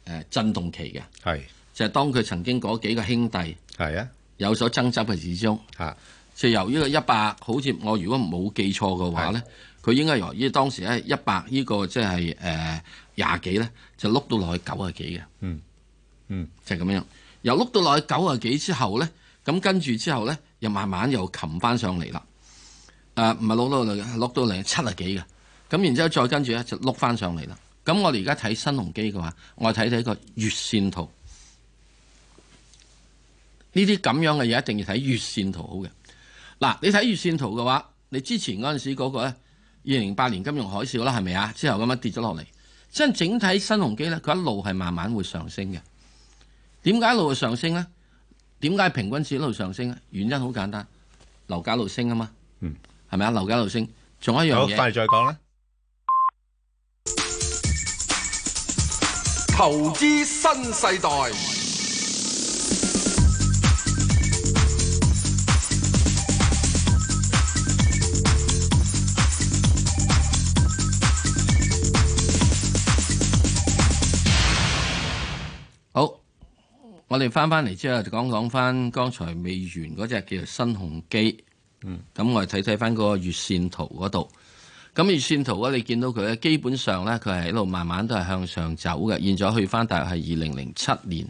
D: 呃震動期嘅，
C: 係，
D: 就係、當佢曾經嗰幾個兄弟
C: 係啊，
D: 有所爭執嘅始終。
C: 嚇，
D: 就由呢個一百，好似我如果冇記錯嘅話咧，佢應該由呢當時咧一百呢個即係誒廿幾咧，就碌到落去九啊幾嘅。
C: 嗯嗯，
D: 就係咁樣。由碌到落去九啊幾之後咧，咁跟住之後咧，又慢慢又擒翻上嚟啦。誒唔係碌到落嚟，碌到嚟七啊幾嘅。咁然之後再跟住咧就碌翻上嚟啦。咁我哋而家睇新鴻基嘅話，我睇睇個月線圖。呢啲咁樣嘅嘢一定要睇月線圖好嘅。嗱，你睇月線圖嘅話，你之前嗰陣時嗰個咧，二零零八年金融海嘯啦，係咪啊？之後咁樣跌咗落嚟，即係整體新鴻基咧，佢一路係慢慢會上升嘅。點解一路會上升咧？點解平均線一路上升咧？啊原因好簡單，樓價一路升啊嘛。
C: 嗯，
D: 係咪啊？樓價一路升，仲有一
C: 好，
D: 樣嘢
C: 翻嚟。再講啦。
B: 投資新世代，
D: 好，我哋翻翻嚟之後就講講翻剛才未完嗰只叫做新鴻基。嗯，咁我哋睇睇翻嗰個月線圖嗰度。咁月線圖啊咧，你見到佢咧，基本上咧佢係一路慢慢都係向上走嘅。現在去翻大約係二零零七年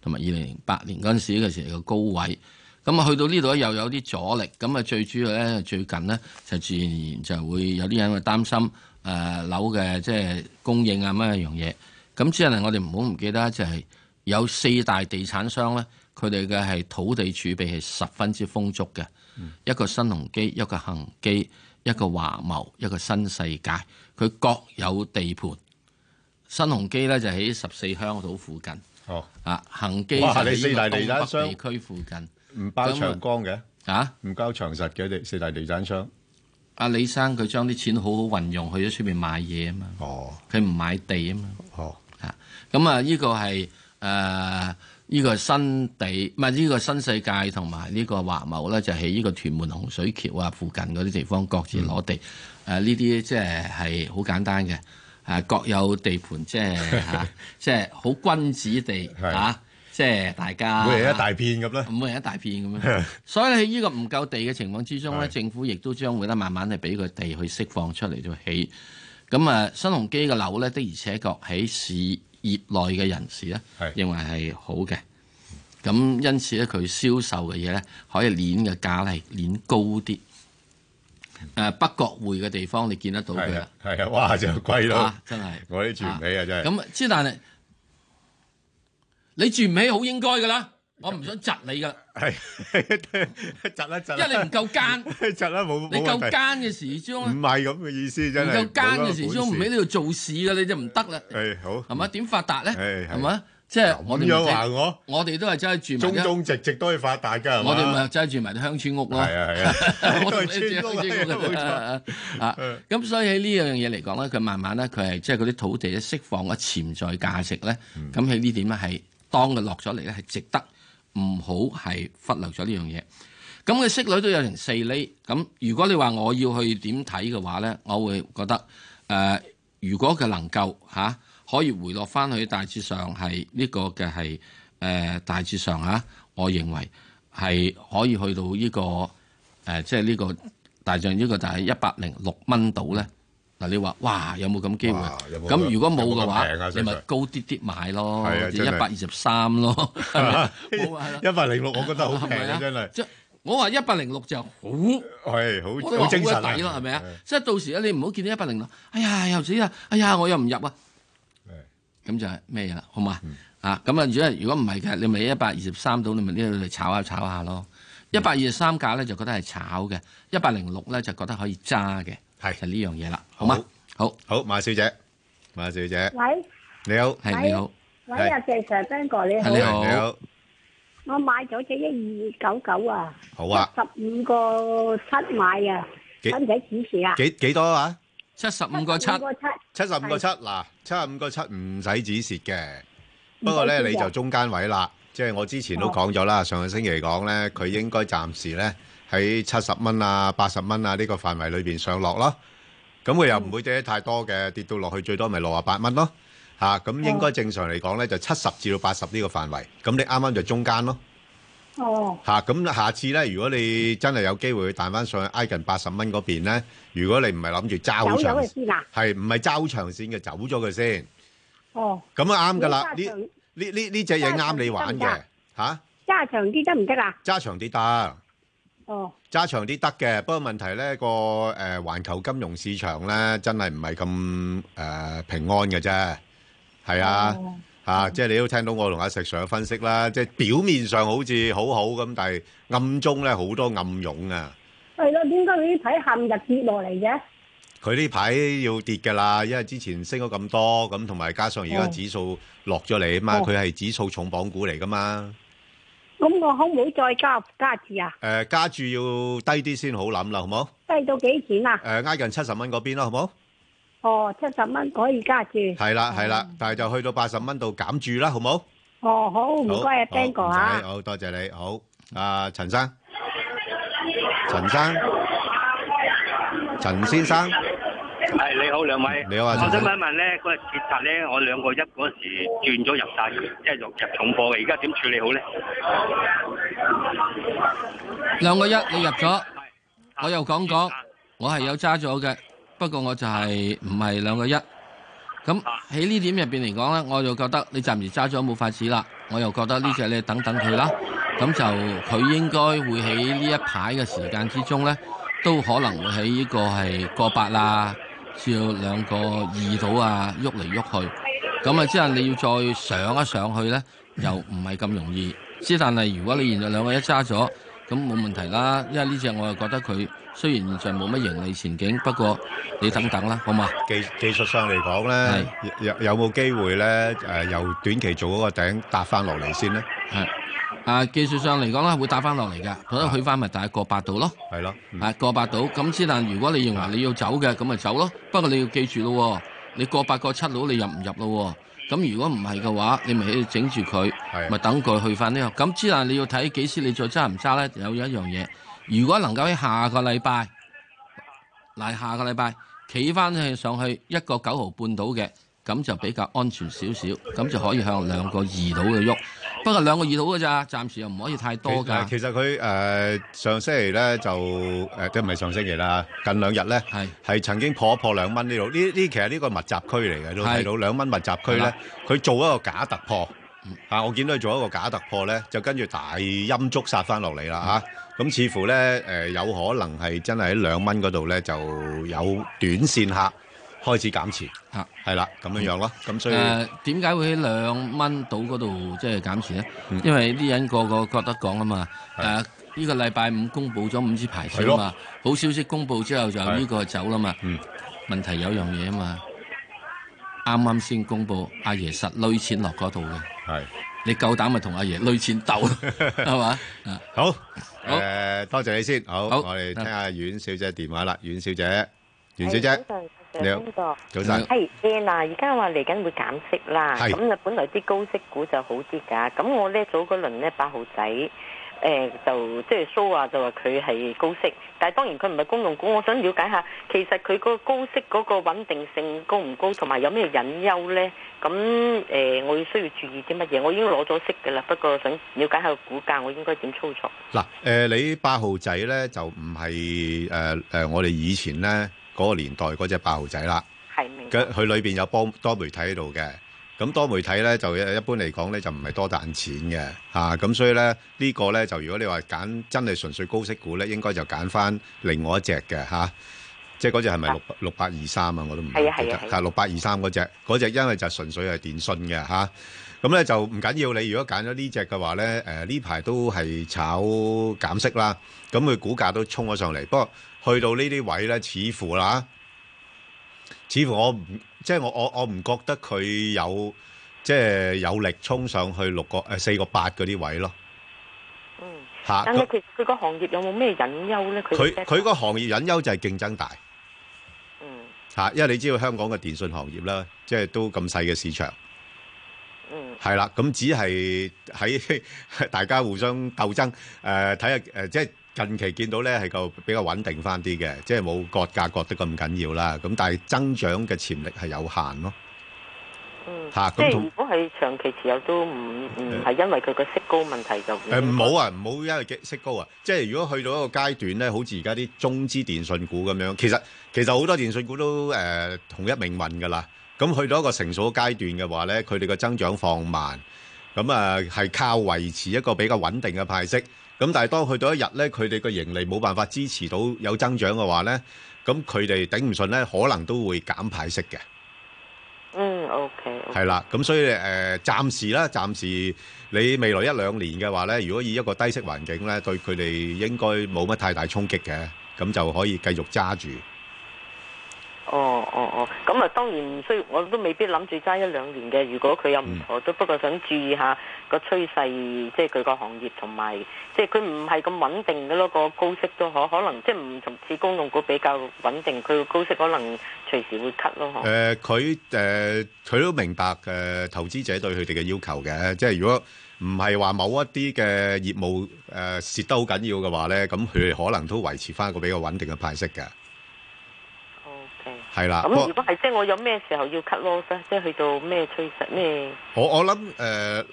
D: 同埋二零零八年嗰陣時嘅時候嘅高位。咁啊，去到呢度咧又有啲阻力，咁啊最主要咧最近咧就自然就會有啲人會擔心誒、誒樓嘅即係供應啊乜一樣嘢。咁之後咧，我哋唔好唔記得就係有四大地產商咧，佢哋嘅係土地儲備係十分之豐足嘅。
C: 嗯
D: 一個新鴻基，一個恒基，一個華茂，一個新世界，佢各有地盤。新鴻基咧就喺十四鄉島附近，
C: 哦，
D: 啊恒基就
C: 哇
D: 喺
C: 你四大地產
D: 呢個東
C: 商
D: 北地區附近。
C: 唔包長江嘅，
D: 啊，
C: 唔包長實嘅，你四大地產商。
D: 阿李生佢將啲錢好好運用，去咗出面買嘢啊嘛，
C: 哦，
D: 佢唔買地啊嘛。
C: 哦，
D: 咁啊，呢個係誒呢個新地，唔係呢個新世界同埋呢個華茂咧，就喺呢個屯門洪水橋啊附近嗰啲地方各自攞地。
C: 嗯
D: 誒呢啲即係係好簡單嘅，誒、各有地盤，即 係嚇，即係好君子地嚇、
C: 係
D: 即係大家
C: 每人一大片咁啦。
D: 咁啊係一大片咁樣。所以喺呢個唔夠地嘅情況之中咧，
C: 係
D: 政府亦都將會咧慢慢係俾佢地去釋放出嚟做起。咁啊，新鴻基嘅樓咧的而且確喺事業內嘅人士咧
C: 係
D: 認為係好嘅。咁因此咧，佢銷售嘅嘢咧可以攣嘅價咧係攣高啲。誒北角匯嘅地方你見得到佢
C: 係
D: 啦
C: 啊，，係啊，哇，就貴咯
D: 啊，真係
C: 我啲住唔起啊，真係。
D: 咁之但係你住唔起好應該㗎啦，我唔想窒你㗎，
C: 係窒一窒
D: 因為
C: 啦，
D: 你唔夠奸。
C: 窒啦，冇
D: 你
C: 冇
D: 夠
C: 問題。
D: 奸嘅時鐘
C: 唔
D: 咧，
C: 係咁嘅意思，
D: 唔
C: 真係
D: 夠奸嘅時
C: 冇嗰個
D: 鐘唔
C: 本
D: 喺
C: 事
D: 呢度做事嘅你就唔得啦，
C: 係好
D: 係咪？點發達咧？
C: 嗯係係
D: 係咪？即係我
C: 咁
D: 哋
C: 樣
D: 咪
C: 話
D: 即係
C: 我
D: 我哋都係走去住
C: 中
D: 埋啲，
C: 中直直都可以發達㗎，係嘛
D: 啊我哋咪走去住埋啲鄉村屋咯。
C: 係啊係啊， 都
D: 我同
C: 係
D: 你住
C: 村
D: 鄉
C: 屋嚟
D: 村
C: 嘅，
D: 屋
C: 冇錯。嗯
D: 啊啊！咁所以喺呢樣嘢嚟講咧，佢慢慢咧，佢係即係嗰啲土地咧釋放嘅潛在價值咧，
C: 嗯
D: 咁喺呢點咧係當佢落咗嚟咧係值得，唔好係忽略咗呢樣嘢。咁佢息率都有成四厘，咁如果你話我要去點睇嘅話咧，我會覺得誒、呃如果佢能夠嚇、可以回落翻去大致上係呢個嘅係誒呃大致上嚇、我認為係可以去到呢、個誒、呃即係呢個大象呢個大概一百零六蚊度咧。嗱，你話哇有冇咁機會啊
C: 哇？有冇
D: 咁
C: 咁
D: 如果冇嘅話
C: 有冇咁平啊，
D: 你咪
C: 真係
D: 高啲啲買咯
C: 係啊，
D: 即係
C: 真係
D: 一百二十三咯，係咪 冇話啦
C: 一百零六，我覺得好平
D: 係咪
C: 啊，真係
D: 即係我話一百零六就好，我
C: 係好
D: 都
C: 好
D: 話
C: 精神
D: 好
C: 啊
D: 抵咯，係咪啊？即係到時咧，你唔好見到一百零六，哎呀又死啊！哎呀我又唔入啊！咁就係咩嘢啦，好嘛？
C: 嗯
D: 啊咁啊，如果如果唔係嘅，你咪一百二十三度，你咪呢度嚟炒下炒下咯。
C: 嗯
D: 一百二十三價咧就覺得係炒嘅，一百零六咧就覺得可以揸嘅，
C: 係
D: 就呢樣嘢啦，好嘛？好，
C: 好，馬小姐，馬小姐，
I: 喂
C: 你好，
D: 係你好，
I: 喂，阿 Sir Sir Ben 哥你好
D: 係，你
C: 你
D: 好，
C: 好，
I: 我買咗只一二九九啊，
C: 好啊，
I: 十五個七買啊，
C: 幾
I: 使唔使指示啊？
C: 幾幾多啊？
D: 七十五個七，
I: 個七，
C: 七十五個七嗱，七十五個七唔使止蝕嘅。不過咧，你就中間位啦，即係我之前都講咗啦，上個星期講咧，佢應該暫時咧喺七十蚊啊、八十蚊啊呢個範圍裏邊上落咯。咁佢又唔會跌得太多嘅，跌到落去最多咪六啊八蚊咯。嚇，咁應該正常嚟講咧，就七十至到八十呢個範圍。咁你啱啱就中間咯。
I: 哦，
C: 嚇，咁下次咧，如果你真係有機會彈翻上去挨近八十蚊嗰邊咧，如果你唔係諗住揸
I: 走
C: 好長
I: 咗佢先啊？
C: 係唔係揸好長線嘅，走咗佢先。
I: 哦，
C: 咁啊啱㗎啦，
I: 咁
C: 呢
I: 揸長
C: 呢呢呢隻嘢啱你玩嘅嚇，
I: 揸長啲得唔得啊？
C: 揸長啲得，
I: 哦，
C: 揸長啲得嘅。不過問題咧個誒環球金融市場咧真係唔係咁誒平安嘅啫，係啊
I: 哦
C: 嚇，即係你都聽到我同阿石 Sir 嘅分析啦，即係表面上好似好好咁，但係暗中咧好多暗湧啊。
I: 係咯，點解佢呢排陷入跌落嚟嘅？
C: 佢呢排要跌㗎啦，因為之前升咗咁多，咁同埋加上而家
I: 哦
C: 指數落咗嚟啊嘛，
I: 哦
C: 佢係指數重磅股嚟㗎嘛。
I: 咁我可唔可以再加加注啊？
C: 誒加注要低啲先好諗啦，好冇？
I: 低到幾錢啊？
C: 誒挨近七十蚊嗰邊咯，好冇？
I: 哦，七十蚊可以加注。
C: 係啦係啦，但係就去到八十蚊度減注啦，好冇？
I: 哦，好，唔該啊
C: 好
I: ，Ben 哥
C: 唔
I: 啊
C: 使。好多謝你，好。阿陳生，陳生，陳先生，
E: 係你好，兩位。
C: 你好啊
E: 我
C: 陳
E: 想
C: 生
E: 問一問咧，嗰日跌法咧，我兩個一嗰時轉咗入晒，即係入入重貨嘅，而家點處理好咧？
D: 兩個一你入咗。我又講講
E: 啊，
D: 我係有揸咗嘅，不過我就係唔係兩個一。咁喺呢點入邊嚟講咧，我就覺得你暫時揸咗冇法子啦。我又覺得呢只你等等佢啦。咁就佢應該會喺呢一排嘅時間之中咧，都可能會喺呢個係過百啦，至到兩個二度啊，喐嚟喐去。咁啊，之後你要再上一上去咧，又唔係咁容易。之但係如果你現在兩個一揸咗，咁冇問題啦。因為呢只我又覺得佢雖然現在冇乜盈利前景，不過你等等啦，好嘛？
C: 技技術上嚟講咧，有有冇機會咧？誒，由短期做嗰個頂搭翻落嚟先咧？
D: 係啊，技術上嚟講啦，會打翻落嚟㗎，可能去翻咪大概過百度咯。
C: 係咯，嗯
D: 啊過百度，咁之但如果你認為你要走嘅，咁咪走咯。不過你要記住咯喎，你過百過七佬你入唔入咯喎？咁如果唔係嘅話，你咪喺度整住佢，
C: 啊
D: 咪等佢去翻呢個。咁之但你要睇幾時你再揸唔揸咧？有一樣嘢，如果能夠喺下個禮拜，嗱下個禮拜企翻去上去一個九毫半到嘅，咁就比較安全少少，咁就可以向兩個二到嘅喐。不過兩個二到嘅咋，暫時又唔可以太多㗎。
C: 其實佢誒、呃上星期咧就誒、呃即係唔係上星期啦，近兩日咧係曾經破一破兩蚊呢度，呢呢其實呢個密集區嚟嘅，都睇
D: 係
C: 到兩蚊密集區
D: 係
C: 咧
D: 啦，
C: 佢做一個假突破。啊！我見到佢做一個假突破咧，就跟住大陰燭殺翻落嚟啦嚇。咁、似乎咧誒、呃有可能係真係喺兩蚊嗰度咧就有短線客開始減持
D: 嚇，
C: 係啦咁樣樣咯。咁所以
D: 誒點解會喺兩蚊到嗰度即係減持咧？
C: 嗯
D: 因為啲人個個覺得講啊嘛，誒呢個禮拜五公佈咗五支牌
C: 係
D: 照啊
C: 咯嗯
D: 嘛，好消息公佈之後就呢個走啦嘛。問題有樣嘢啊嘛，啱啱先公佈，阿爺實攞錢落嗰度嘅，
C: 係
D: 你夠膽咪同阿爺攞錢鬥 係嘛？啊
C: 好，
D: 好
C: 誒多謝你先。好，
D: 好
C: 我哋聽下阮小姐電話啦。阮小姐，阮小姐，你好
K: 邊個？
C: 早晨
K: 係誒嗱，而家話嚟緊會減息啦，
C: 係
K: 咁啊本來啲高息股就好啲㗎，咁我咧早嗰輪咧八號仔誒、
I: Ờ,
K: 就即係蘇
I: à,
K: 話就話佢係高息，但係當然佢唔係公用股，我想了解下其實佢個高息嗰個穩定性高唔高，同埋有咩隱憂咧？咁誒、
I: ờ,
K: 我要需要注意啲乜嘢？我已經攞咗息㗎啦，不過想了解下個股價，我應該點操作？
C: 嗱，誒你八號仔咧就唔係誒誒我哋以前咧嗰個年代嗰只八號仔啦。
K: 係明白
C: 佢佢裏邊有多多媒體喺度嘅。咁多媒體咧就一一般嚟講咧就唔係多賺錢嘅嚇，咁、所以咧呢、個咧就如果你話揀真係純粹高息股咧，應該就揀翻另外一隻嘅嚇、即係嗰只係咪六六八二三啊？我都唔
K: 啊係啊
C: 記
K: 係
C: 得
K: 啊係啊
C: 六八二三嗰只嗰只因為就純粹係電信嘅嚇。咁咧就唔緊要，你如果揀咗呢只嘅話咧，誒呢排都係炒減息啦，咁佢股價都衝咗上嚟。不過去到呢啲位咧，似乎啦，似乎我唔即係我我我唔覺得佢有即係有力衝上去六個誒四個八嗰啲位咯。
K: 嗯，
C: 嚇
K: 但係佢佢個行業有冇咩隱憂咧？
C: 佢
K: 嘅
C: 佢個行業隱憂就係競爭大。
K: 嗯
C: 嚇，因為你知道香港嘅電信行業啦，即係都咁細嘅市場，
K: 嗯。
C: 係啦，咁只係喺 大家互相鬥爭，誒睇下誒，即係近期見到咧係個比較穩定翻啲嘅，即係冇割價割得咁緊要啦。咁但係增長嘅潛力係有限咯。
K: 嗯，
C: 嚇
K: 即
C: 咁
K: 係
C: 同
K: 如果係長期持有都唔唔係因為佢個息高問題就
C: 誒唔好啊，唔好因為息高啊，即係如果去到一個階段咧，好似而家啲中資電信股咁樣，其實其實好多電信股都誒、呃同一命運㗎啦。咁去到一個成熟嘅階段嘅話咧，佢哋嘅增長放慢，咁啊係靠維持一個比較穩定嘅派息。咁但係當去到一日咧，佢哋嘅盈利冇辦法支持到有增長嘅話咧，咁佢哋頂唔順咧，可能都會減派息嘅。
K: 嗯 OK
C: 係啦，咁所以誒、呃，暫時啦，暫時你未來一兩年嘅話咧，如果以一個低息環境咧，對佢哋應該冇乜太大衝擊嘅，咁就可以繼續揸住。
K: 哦哦哦，咁啊當然唔需要，我都未必諗住揸一兩年嘅。如果佢有唔錯，都不過想注意下個趨勢，即係佢個行業同埋，即係佢唔係咁穩定嘅咯。個高息都可可能即係唔同似公用股比較穩定，佢個高息可能隨時會 cut 咯。
C: 誒、佢誒佢都明白誒、呃投資者對佢哋嘅要求嘅，即係如果唔係話某一啲嘅業務誒、呃、蝕得好緊要嘅話咧，咁佢哋可能都維持翻一個比較穩定嘅派息嘅，
K: OK，
C: 係啦。不過
K: 咁如果係即係我有咩時候要 cut loss 咧，即係去到咩趨勢咩？
C: 我我諗誒、呃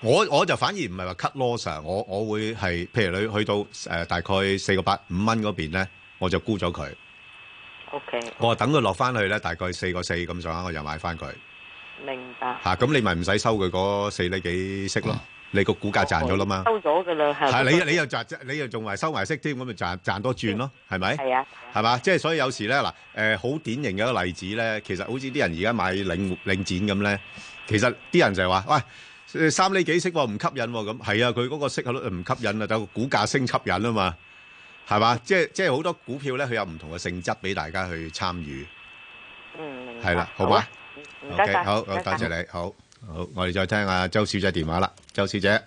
C: 我我就反而唔係話 cut loss 啊，我我會係譬如你去到誒、呃大概四個八五蚊嗰邊咧，我就沽咗佢，
K: O K，
C: 我等佢落翻去咧，大概四個四咁上下，我又買翻佢
K: 明白。
C: 嚇，咁、你咪唔使收佢嗰四厘幾息咯，你個股價賺咗啦嘛。
K: 收咗噶啦，係
C: 係，你-你又賺-你又仲埋收埋息添，咁咪賺-賺多轉咯，係咪？
K: 係啊，
C: 係嘛？即係所以有時呢，嗱，誒，好典型嘅一個例子呢，其實好似啲人而家買領-領展咁呢，其實啲人就係話，喂，三厘幾息喎，唔吸引喎，咁。係啊，佢嗰個息口都唔吸引啊，但係個股價升吸引啊嘛，係嘛？即係-即係好多股票呢，佢有唔同嘅性質俾大家去參與，係啦，
K: 嗯，明白
C: 好嗎？
I: 嗯
K: 唔該
C: OK，
K: 晒，
C: 好，好，
K: 唔該晒
C: 啊多謝你，好，好，我哋再聽下周小姐電話啦，周小姐，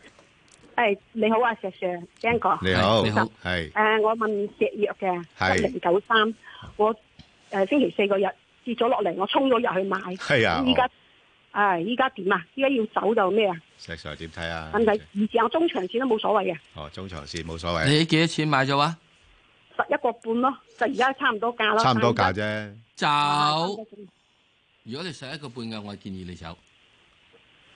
I: 诶，你好啊，石 Sir，聽哥，
D: 啊
C: 你
I: 早
C: 好，
I: 晨
C: 係。
I: 诶、呃我問石藥嘅
C: 係
I: 七零九三，我诶、誒星期四嗰日跌咗落嚟，我衝咗入去買。
C: 係啊
I: 咁依家唉，依家點啊？依家要走就咩啊？
C: 石 Sir 點睇啊？
I: 咁睇以前我中長線都冇所謂嘅，
C: 哦，中長線冇所謂，
D: 你幾多錢買咗啊？
I: 十一個半咯，就而家差唔多價咯。
C: 差唔多價
I: 31
C: 啫。
D: 走。如果你十一個半嘅，我建議你走。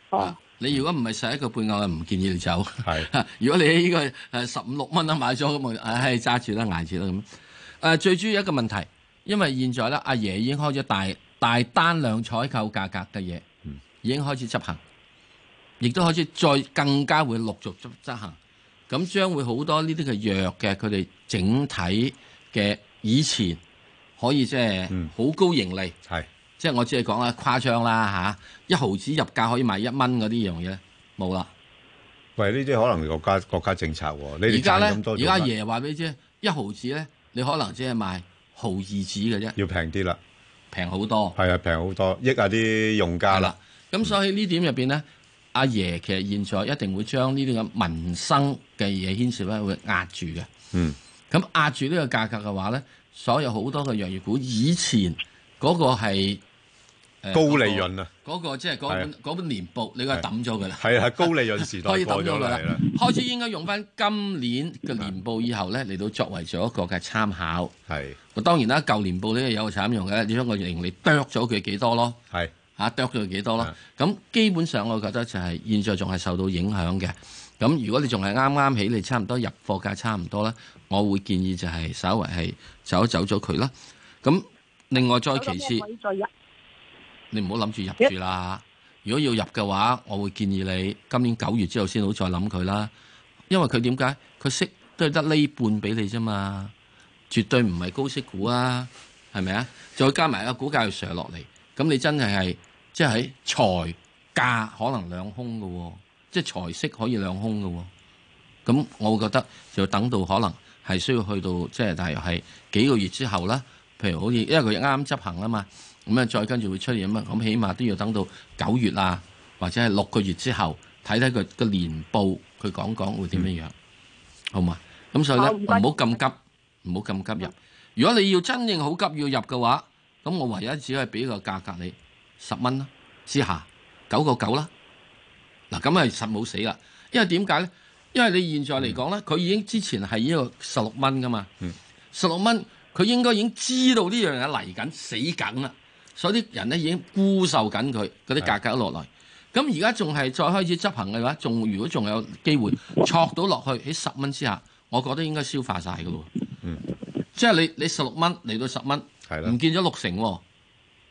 I: 哦。
D: 你如果唔係十一個半嘅，我唔建議你走。
C: 係。
D: 如果你喺呢個誒十五六蚊啊買咗咁啊，唉揸住啦，捱住啦咁。誒、最主要一個問題，因為現在咧，阿爺已經開咗大大單量採購價格嘅嘢，已經開始執行，亦都開始再更加會陸續執執行。咁將會好多呢啲嘅藥嘅，佢哋整體嘅以前可以即係好高盈利，
C: 係
D: 即係我只係講啦，誇張啦嚇、一毫子入價可以賣一蚊嗰啲樣嘢冇啦。
C: 喂，呢啲可能國家國家政策喎，你
D: 而
C: 哋
D: 家
C: 賺
D: 咧，
C: 咁多
D: 而
C: 做
D: 家
C: 乜，
D: 爺話俾你知，一毫子咧，你可能只係賣毫二子嘅啫。
C: 要平啲啦，
D: 平好多。
C: 係啊，平好多，益下啲用家啦。
D: 咁所以呢點入邊咧，阿爺其實現在一定會將呢啲咁民生嘅嘢牽涉咧，會壓住嘅。
C: 嗯，
D: 咁壓住呢個價格嘅話咧，所有好多嘅藥業股以前嗰個係、呃
C: 高利潤啊，
D: 嗰、個即係嗰本
C: 係
D: 嗰本年報，你應該抌咗佢啦。
C: 係啊，高利潤時代
D: 可以
C: 過
D: 抌咗
C: 咗
D: 佢
C: 啦，係
D: 啦
C: 啦，。
D: 開始應該用翻今年嘅年報以後咧，嚟到作為咗一個嘅參考。
C: 係。
D: 當然啦，舊年報呢有慘用嘅，你將個盈利剁咗佢幾多咯？
C: 係。
D: 嚇，剁咗佢幾多咯？咁基本上我覺得就係現在仲係受到影響嘅。咁如果你仲係啱啱起，你差唔多入貨價差唔多啦，我會建議就係稍為係走一走咗佢啦。咁另外再
I: 有
D: 其
I: 個
D: 次
I: 咩。位再入？
D: 你唔好諗住入住啦。如果要入嘅話，我會建議你今年九月之後先好再諗佢啦。因為佢點解佢息都係得呢半俾你啫嘛，絕對唔係高息股啊，係咪啊？再加埋個股價又上落嚟，咁你真係係即係喺財價可能兩空嘅喎、即係財息可以兩空嘅喎、咁我覺得就等到可能係需要去到即係大約係幾個月之後啦。譬如好似因為佢啱啱執行啦嘛，咁啊再跟住會出現咁啊，咁起碼都要等到九月啊，或者係六個月之後睇睇佢個年報，佢講講會點樣樣，好嘛？咁所以咧
L: 好
D: 唔
L: 唔
D: 好
L: 該
D: 咁急，唔好咁急入。如果你要真正好急要入嘅話，咁我唯一只係俾個價格你十蚊啦，之下九個九啦。嗱，咁係實冇死啦，因為點解咧？因為你現在嚟講咧，佢已經之前係呢個十六蚊噶嘛，十六蚊佢應該已經知道呢樣嘢嚟緊死緊啦，所以啲人咧已經沽售緊佢嗰啲價格落嚟。咁而家仲係再開始執行嘅話，仲如果仲有機會戳到落去喺十蚊之下，我覺得應該消化晒嘅咯。
C: 嗯，
D: 即係你你十六蚊嚟到十蚊，
C: 啦
D: 唔見咗六成喎。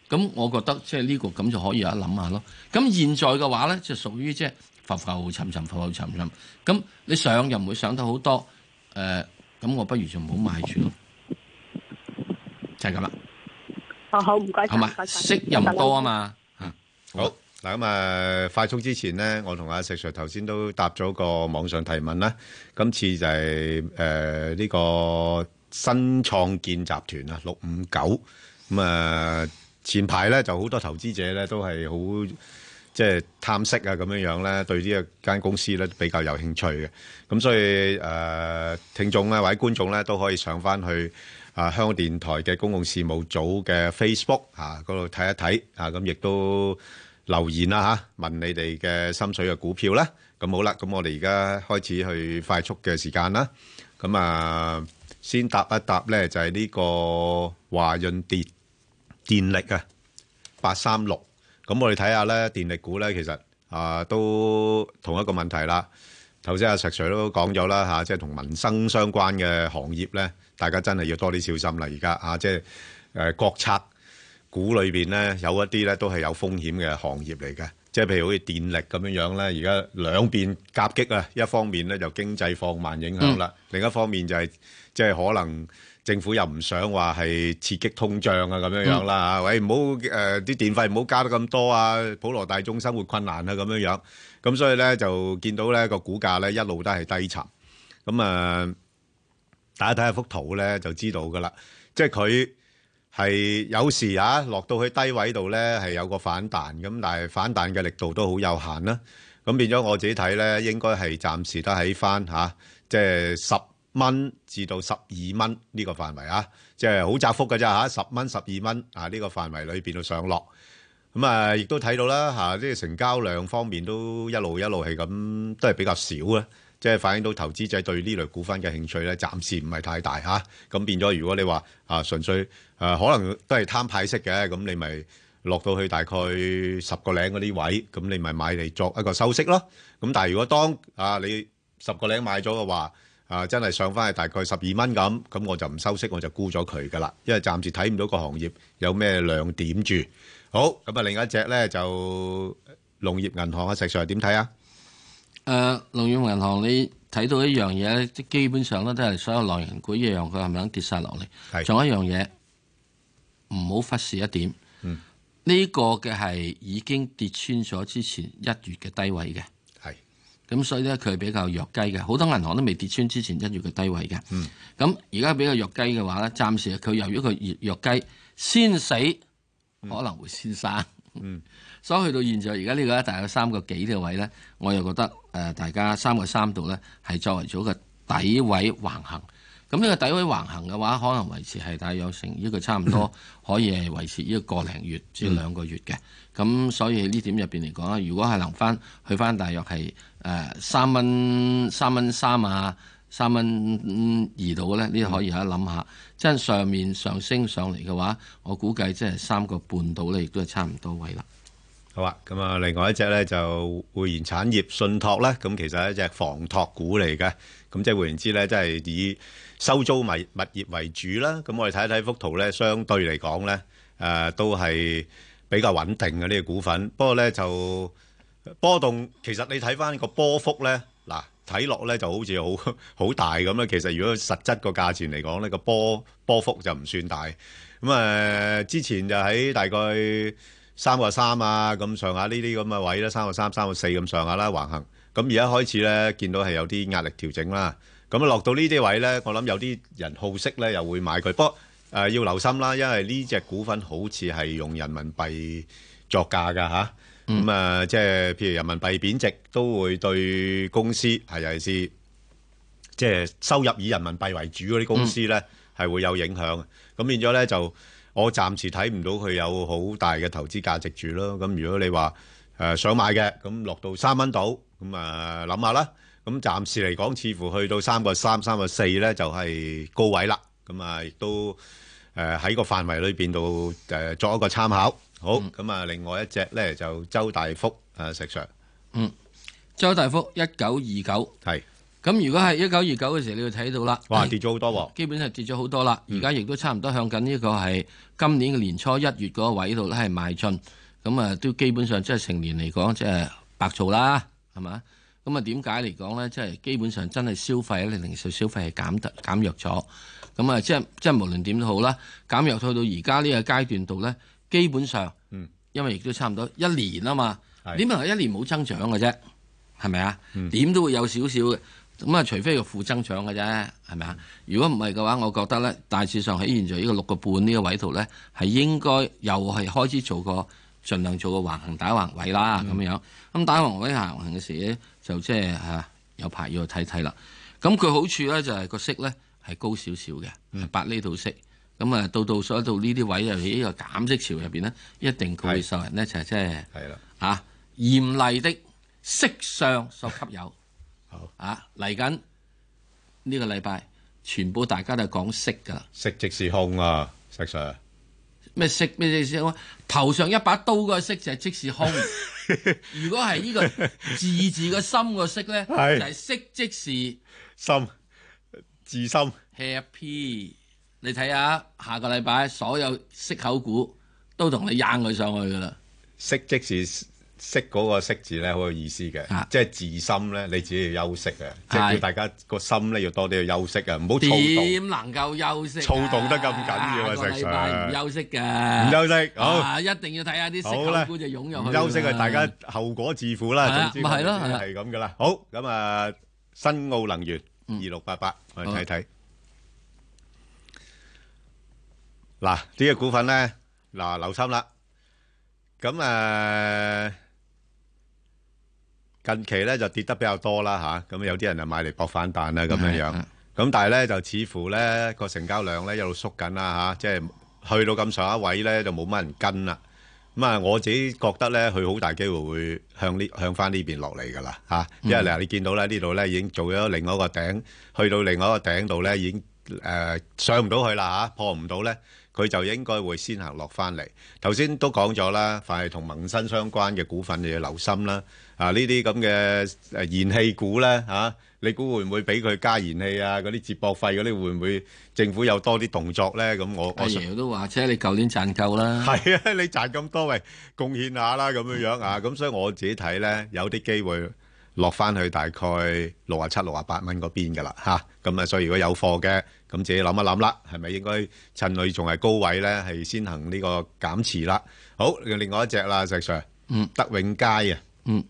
D: 咁我覺得即係呢個咁就可以有得諗下咯。咁現在嘅話咧，就屬於即係浮浮沉沉、浮浮沉沉。咁你上又唔會上得好多，誒、呃咁我不如就唔好買住咯，就係咁啦，
I: 哦，好，唔該晒，
D: 好
I: 唔
D: 嘛？
I: 該晒
D: 息又唔多啊。嘛，
C: 好嗱咁啊，快速之前咧，我同阿石 Sir 頭先都答咗個網上提問啦。今次就係誒呢個新創建集團啊，六五九咁啊，前排咧就好多投資者咧都係好。即係貪息啊咁樣樣咧，對呢一間公司咧比較有興趣嘅。咁所以誒、呃，聽眾咧或者觀眾咧都可以上翻去啊香港電台嘅公共事務組嘅 Facebook 啊嗰度睇一睇啊，咁亦都留言啦嚇、問你哋嘅心水嘅股票啦。咁好啦，咁我哋而家開始去快速嘅時間啦。咁啊，先答一答咧，就係、呢個華潤電電力啊。八三六。咁我哋睇下咧，電力股咧其實啊都同一個問題啦。頭先阿石 Sir 都講咗啦嚇，即係同民生相關嘅行業咧，大家真係要多啲小心啦。而家嚇，即係誒國策股裏邊咧有一啲咧都係有風險嘅行業嚟嘅。即係譬如好似電力咁樣樣咧，而家兩邊夾擊啊，一方面咧就經濟放慢影響啦，另一方面就係即係可能政府又唔想話係刺激通脹啊咁樣樣啦嚇，喂唔好誒啲電費唔好加得咁多啊，普羅大眾生活困難啊咁樣樣，咁所以咧就見到咧個股價咧一路都係低沉，咁啊。大家睇下幅圖咧就知道噶啦，即係佢係有時啊落到去低位度咧係有個反彈咁，但係反彈嘅力度都好有限啦。咁變咗我自己睇咧，應該係暫時都喺翻嚇，即係十蚊至到十二蚊呢個範圍啊，即係好窄幅嘅咋嚇，十蚊十二蚊啊呢個範圍裏邊度上落。咁啊，亦都睇到啦嚇，呢個成交量方面都一路一路係咁，都係比較少啦。即係反映到投資者對呢類股份嘅興趣咧，暫時唔係太大嚇。咁變咗，如果你話啊純粹誒、啊、可能都係貪派息嘅，咁你咪落到去大概十個零嗰啲位，咁你咪買嚟作一個收息咯。咁但係如果當啊你十個零買咗嘅話，啊真係上翻去大概十二蚊咁，咁我就唔收息，我就沽咗佢噶啦，因為暫時睇唔到個行業有咩亮點住。好，咁啊另一隻咧就呃農業銀行啊，石 Sir 點睇啊？
D: 誒農業呃銀行，你睇到一樣嘢咧，即基本上咧都係所有內銀股一樣，佢係咪肯跌晒落嚟？仲有一樣嘢，唔好忽視一點，呢、個嘅係已經跌穿咗之前一月嘅低位嘅。
C: 係，
D: 咁所以咧佢係比較弱雞嘅，好多銀行都未跌穿之前一月嘅低位嘅。
C: 嗯，
D: 咁而家比較弱雞嘅話咧，暫時佢由於佢弱弱雞，先死可能會先生。
C: 嗯，
D: 所以去到現在而家呢個咧，大概三個幾嘅位咧，我又覺得誒、呃大家三個三度咧係作為咗個底位橫行。咁呢個底位橫行嘅話，可能維持係大約成呢個差 唔多，可以係維持呢個個零月至兩個月嘅。咁、所以呢點入邊嚟講咧，如果係能翻去翻大約係誒呃三蚊三蚊三啊三蚊二度咧，呢可以有得諗下。即係上面上升上嚟嘅話，我估計即係三個半度咧，亦都係差唔多位啦。
C: 好 啊，咁啊，另外一隻咧就匯賢產業信託咧，咁其實係一隻房託股嚟嘅，咁即係換言之咧，即係以收租物物業為主啦。咁我哋睇一睇幅圖咧，相對嚟講咧，誒、都係比較穩定嘅呢、個股份。不過咧就波動，其實你睇翻個波幅咧，嗱睇落咧就好似好好大咁啦。其實如果實質個價錢嚟講呢個波波幅就唔算大。咁誒、呃之前就喺大概三個三啊咁上下呢啲咁嘅位啦，三個三、三個四咁上下啦橫行。咁而家開始咧見到係有啲壓力調整啦。咁落到呢啲位咧，我諗有啲人好色咧又會買佢。不過誒、呃要留心啦，因為呢只股份好似係用人民幣作價㗎吓。咁啊、即係譬如人民幣貶值都會對公司係尤其是即係收入以人民幣為主嗰啲公司咧，係、會有影響嘅。咁變咗咧就，我暫時睇唔到佢有好大嘅投資價值住咯。咁如果你話誒、呃想買嘅，咁落到三蚊度，咁啊諗下啦。咁暫時嚟講，似乎去到三個三、三個四咧，就係高位啦。咁啊，亦都誒喺個範圍裏邊度誒作一個參考。好，咁啊、另外一隻咧就周大福啊、石 Sir，
D: 嗯，周大福一九二九
C: 係。
D: 咁如果係一九二九嘅時候，你要睇到啦，啊
C: 哇跌咗好多喎，嗯
D: 基本上跌咗好多啦。而家亦都差唔多向緊呢個係今年嘅年初一月嗰個位度咧係邁進，咁啊都基本上即係成年嚟講即係白做啦，係嘛？咁啊點解嚟講咧？即係基本上真係消費咧，零售消費係減得減弱咗。咁啊，即係即係無論點都好啦，減弱去到而家呢個階段度咧，基本上，
C: 嗯，
D: 因為亦都差唔多一年啊嘛，
C: 係
D: 點能一年冇增長嘅啫？係咪啊？點、都會有少少嘅，咁啊，除非佢負增長嘅啫，係咪啊？如果唔係嘅話，我覺得咧，大致上喺現在呢個六個半呢個位度咧，係應該又係開始做個盡量做個橫行打橫位啦，咁、樣。咁打橫位行行嘅時咧，就即係嚇有排要去睇睇啦。咁佢好處咧就係、個息咧係高少少嘅，係八厘度息。咁啊，到到所以到呢啲位又喺呢個減息潮入邊咧，一定佢會受人咧就係即係嚇啊嚴厲的色相所吸有。
C: 好
D: 啊，嚟緊呢個禮拜，全部大家都係講息㗎啦。
C: 息即是空啊，石 Sir。
D: 咩息咩意思啊？頭上一把刀嗰個息就係即 是空。如果係呢個字字個心個息咧，就
C: 係
D: 係息即是。
C: 心自心
D: happy。你睇下下個禮拜所有息口股都同你掗佢上去噶啦。
C: 息即是息嗰個息字咧，好有意思嘅，即係自心咧，你自己要休息啊，即係
D: 係
C: 叫大家個心咧要多啲去休息啊，唔好躁動。
D: 點能夠休息啊？
C: 躁動得咁緊要啊
D: 下個
C: 石
D: 禮拜
C: Sir
D: 唔休息
C: 唔
D: 嘅，
C: 休息好
D: 啊一定要睇下啲
C: 好
D: 息
C: 啦
D: 口股就湧入
C: 唔
D: 去。
C: 休息啊，大家後果自負啦。
D: 係啊
C: 總之
D: 咪係咯
C: 我哋
D: 係啊
C: 係咁噶啦。好咁啊，新奧能源二六八八，我哋睇睇。嗱，呢個股份咧，嗱留心啦。咁誒，近期咧就跌得比較多啦嚇，咁有啲人啊買嚟搏反彈啦咁樣樣。咁但係咧就似乎咧個成交量咧一路縮緊啦嚇，即係去到咁上下位咧就冇乜人跟啦。咁啊，我自己覺得咧，佢好大機會會向呢向翻呢邊落嚟㗎啦嚇，因為嗱你見到咧呢度咧已經做咗另外一個頂，去到另外一個頂度咧已經誒、呃上唔到去啦嚇，破唔到咧，佢就應該會先行落翻嚟。頭先都講咗啦，凡係同民生相關嘅股份你要留心啦。啊，呢啲咁嘅誒燃氣股咧嚇、啊你估會唔會俾佢加燃氣啊？嗰啲接駁費嗰啲會唔會政府有多啲動作咧？咁我
D: 阿
C: 我
D: 爺都話，即係你舊年賺夠啦。
C: 係啊，你賺咁多，喂，貢獻下啦，咁樣樣啊，咁所以我自己睇咧，有啲機會落翻去大概六啊七、六啊八蚊嗰邊噶啦，吓、咁啊，所以如果有貨嘅，咁自己諗一諗啦，係咪應該趁佢仲係高位咧，係先行呢個減持啦？好，另外一隻啦，石 Sir，
D: 嗯，
C: 德永佳啊，
D: 嗯，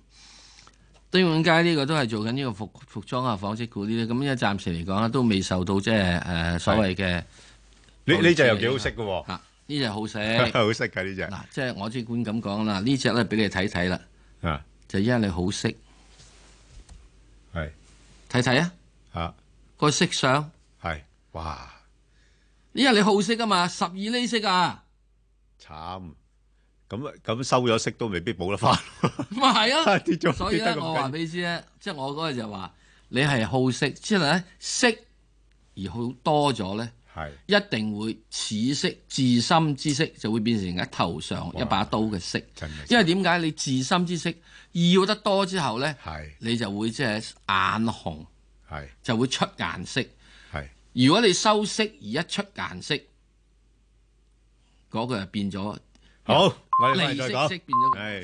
D: 東永街呢個都係做緊呢個服服裝啊、紡織股呢啲，咁因為暫時嚟講咧都未受到即係誒所謂嘅
C: 呢呢隻又幾好識嘅喎，
D: 啊呢隻 好食，
C: 好識嘅呢隻，
D: 嗱，即係我只管咁講啦，呢只咧俾你睇睇啦，
C: 啊，
D: 就因為你好識，
C: 係
D: 睇睇啊，
C: 啊
D: 個色相，
C: 係，哇，
D: 因為你好色啊嘛，十二厘色啊，
C: 慘，咁咁收咗息都未必冇得翻，
D: 咁啊係啊
C: 跌咗，
D: 所以
C: 跌
D: 咧
C: 得咁
D: 我話
C: 緊
D: 俾你知咧，即係我嗰日就話你係好色，之後咧色而好多咗咧。
C: 係。
D: 一定會此色自心之色就會變成一頭上一把刀嘅色，因為點解你自心之色要得多之後呢，你就會即係眼紅，就會出顏色。如果你收色而一出顏色，嗰、個就變咗
C: 好，我哋
D: 離
C: 翻嚟再
D: 色
C: 講
D: 色變咗。
C: 係。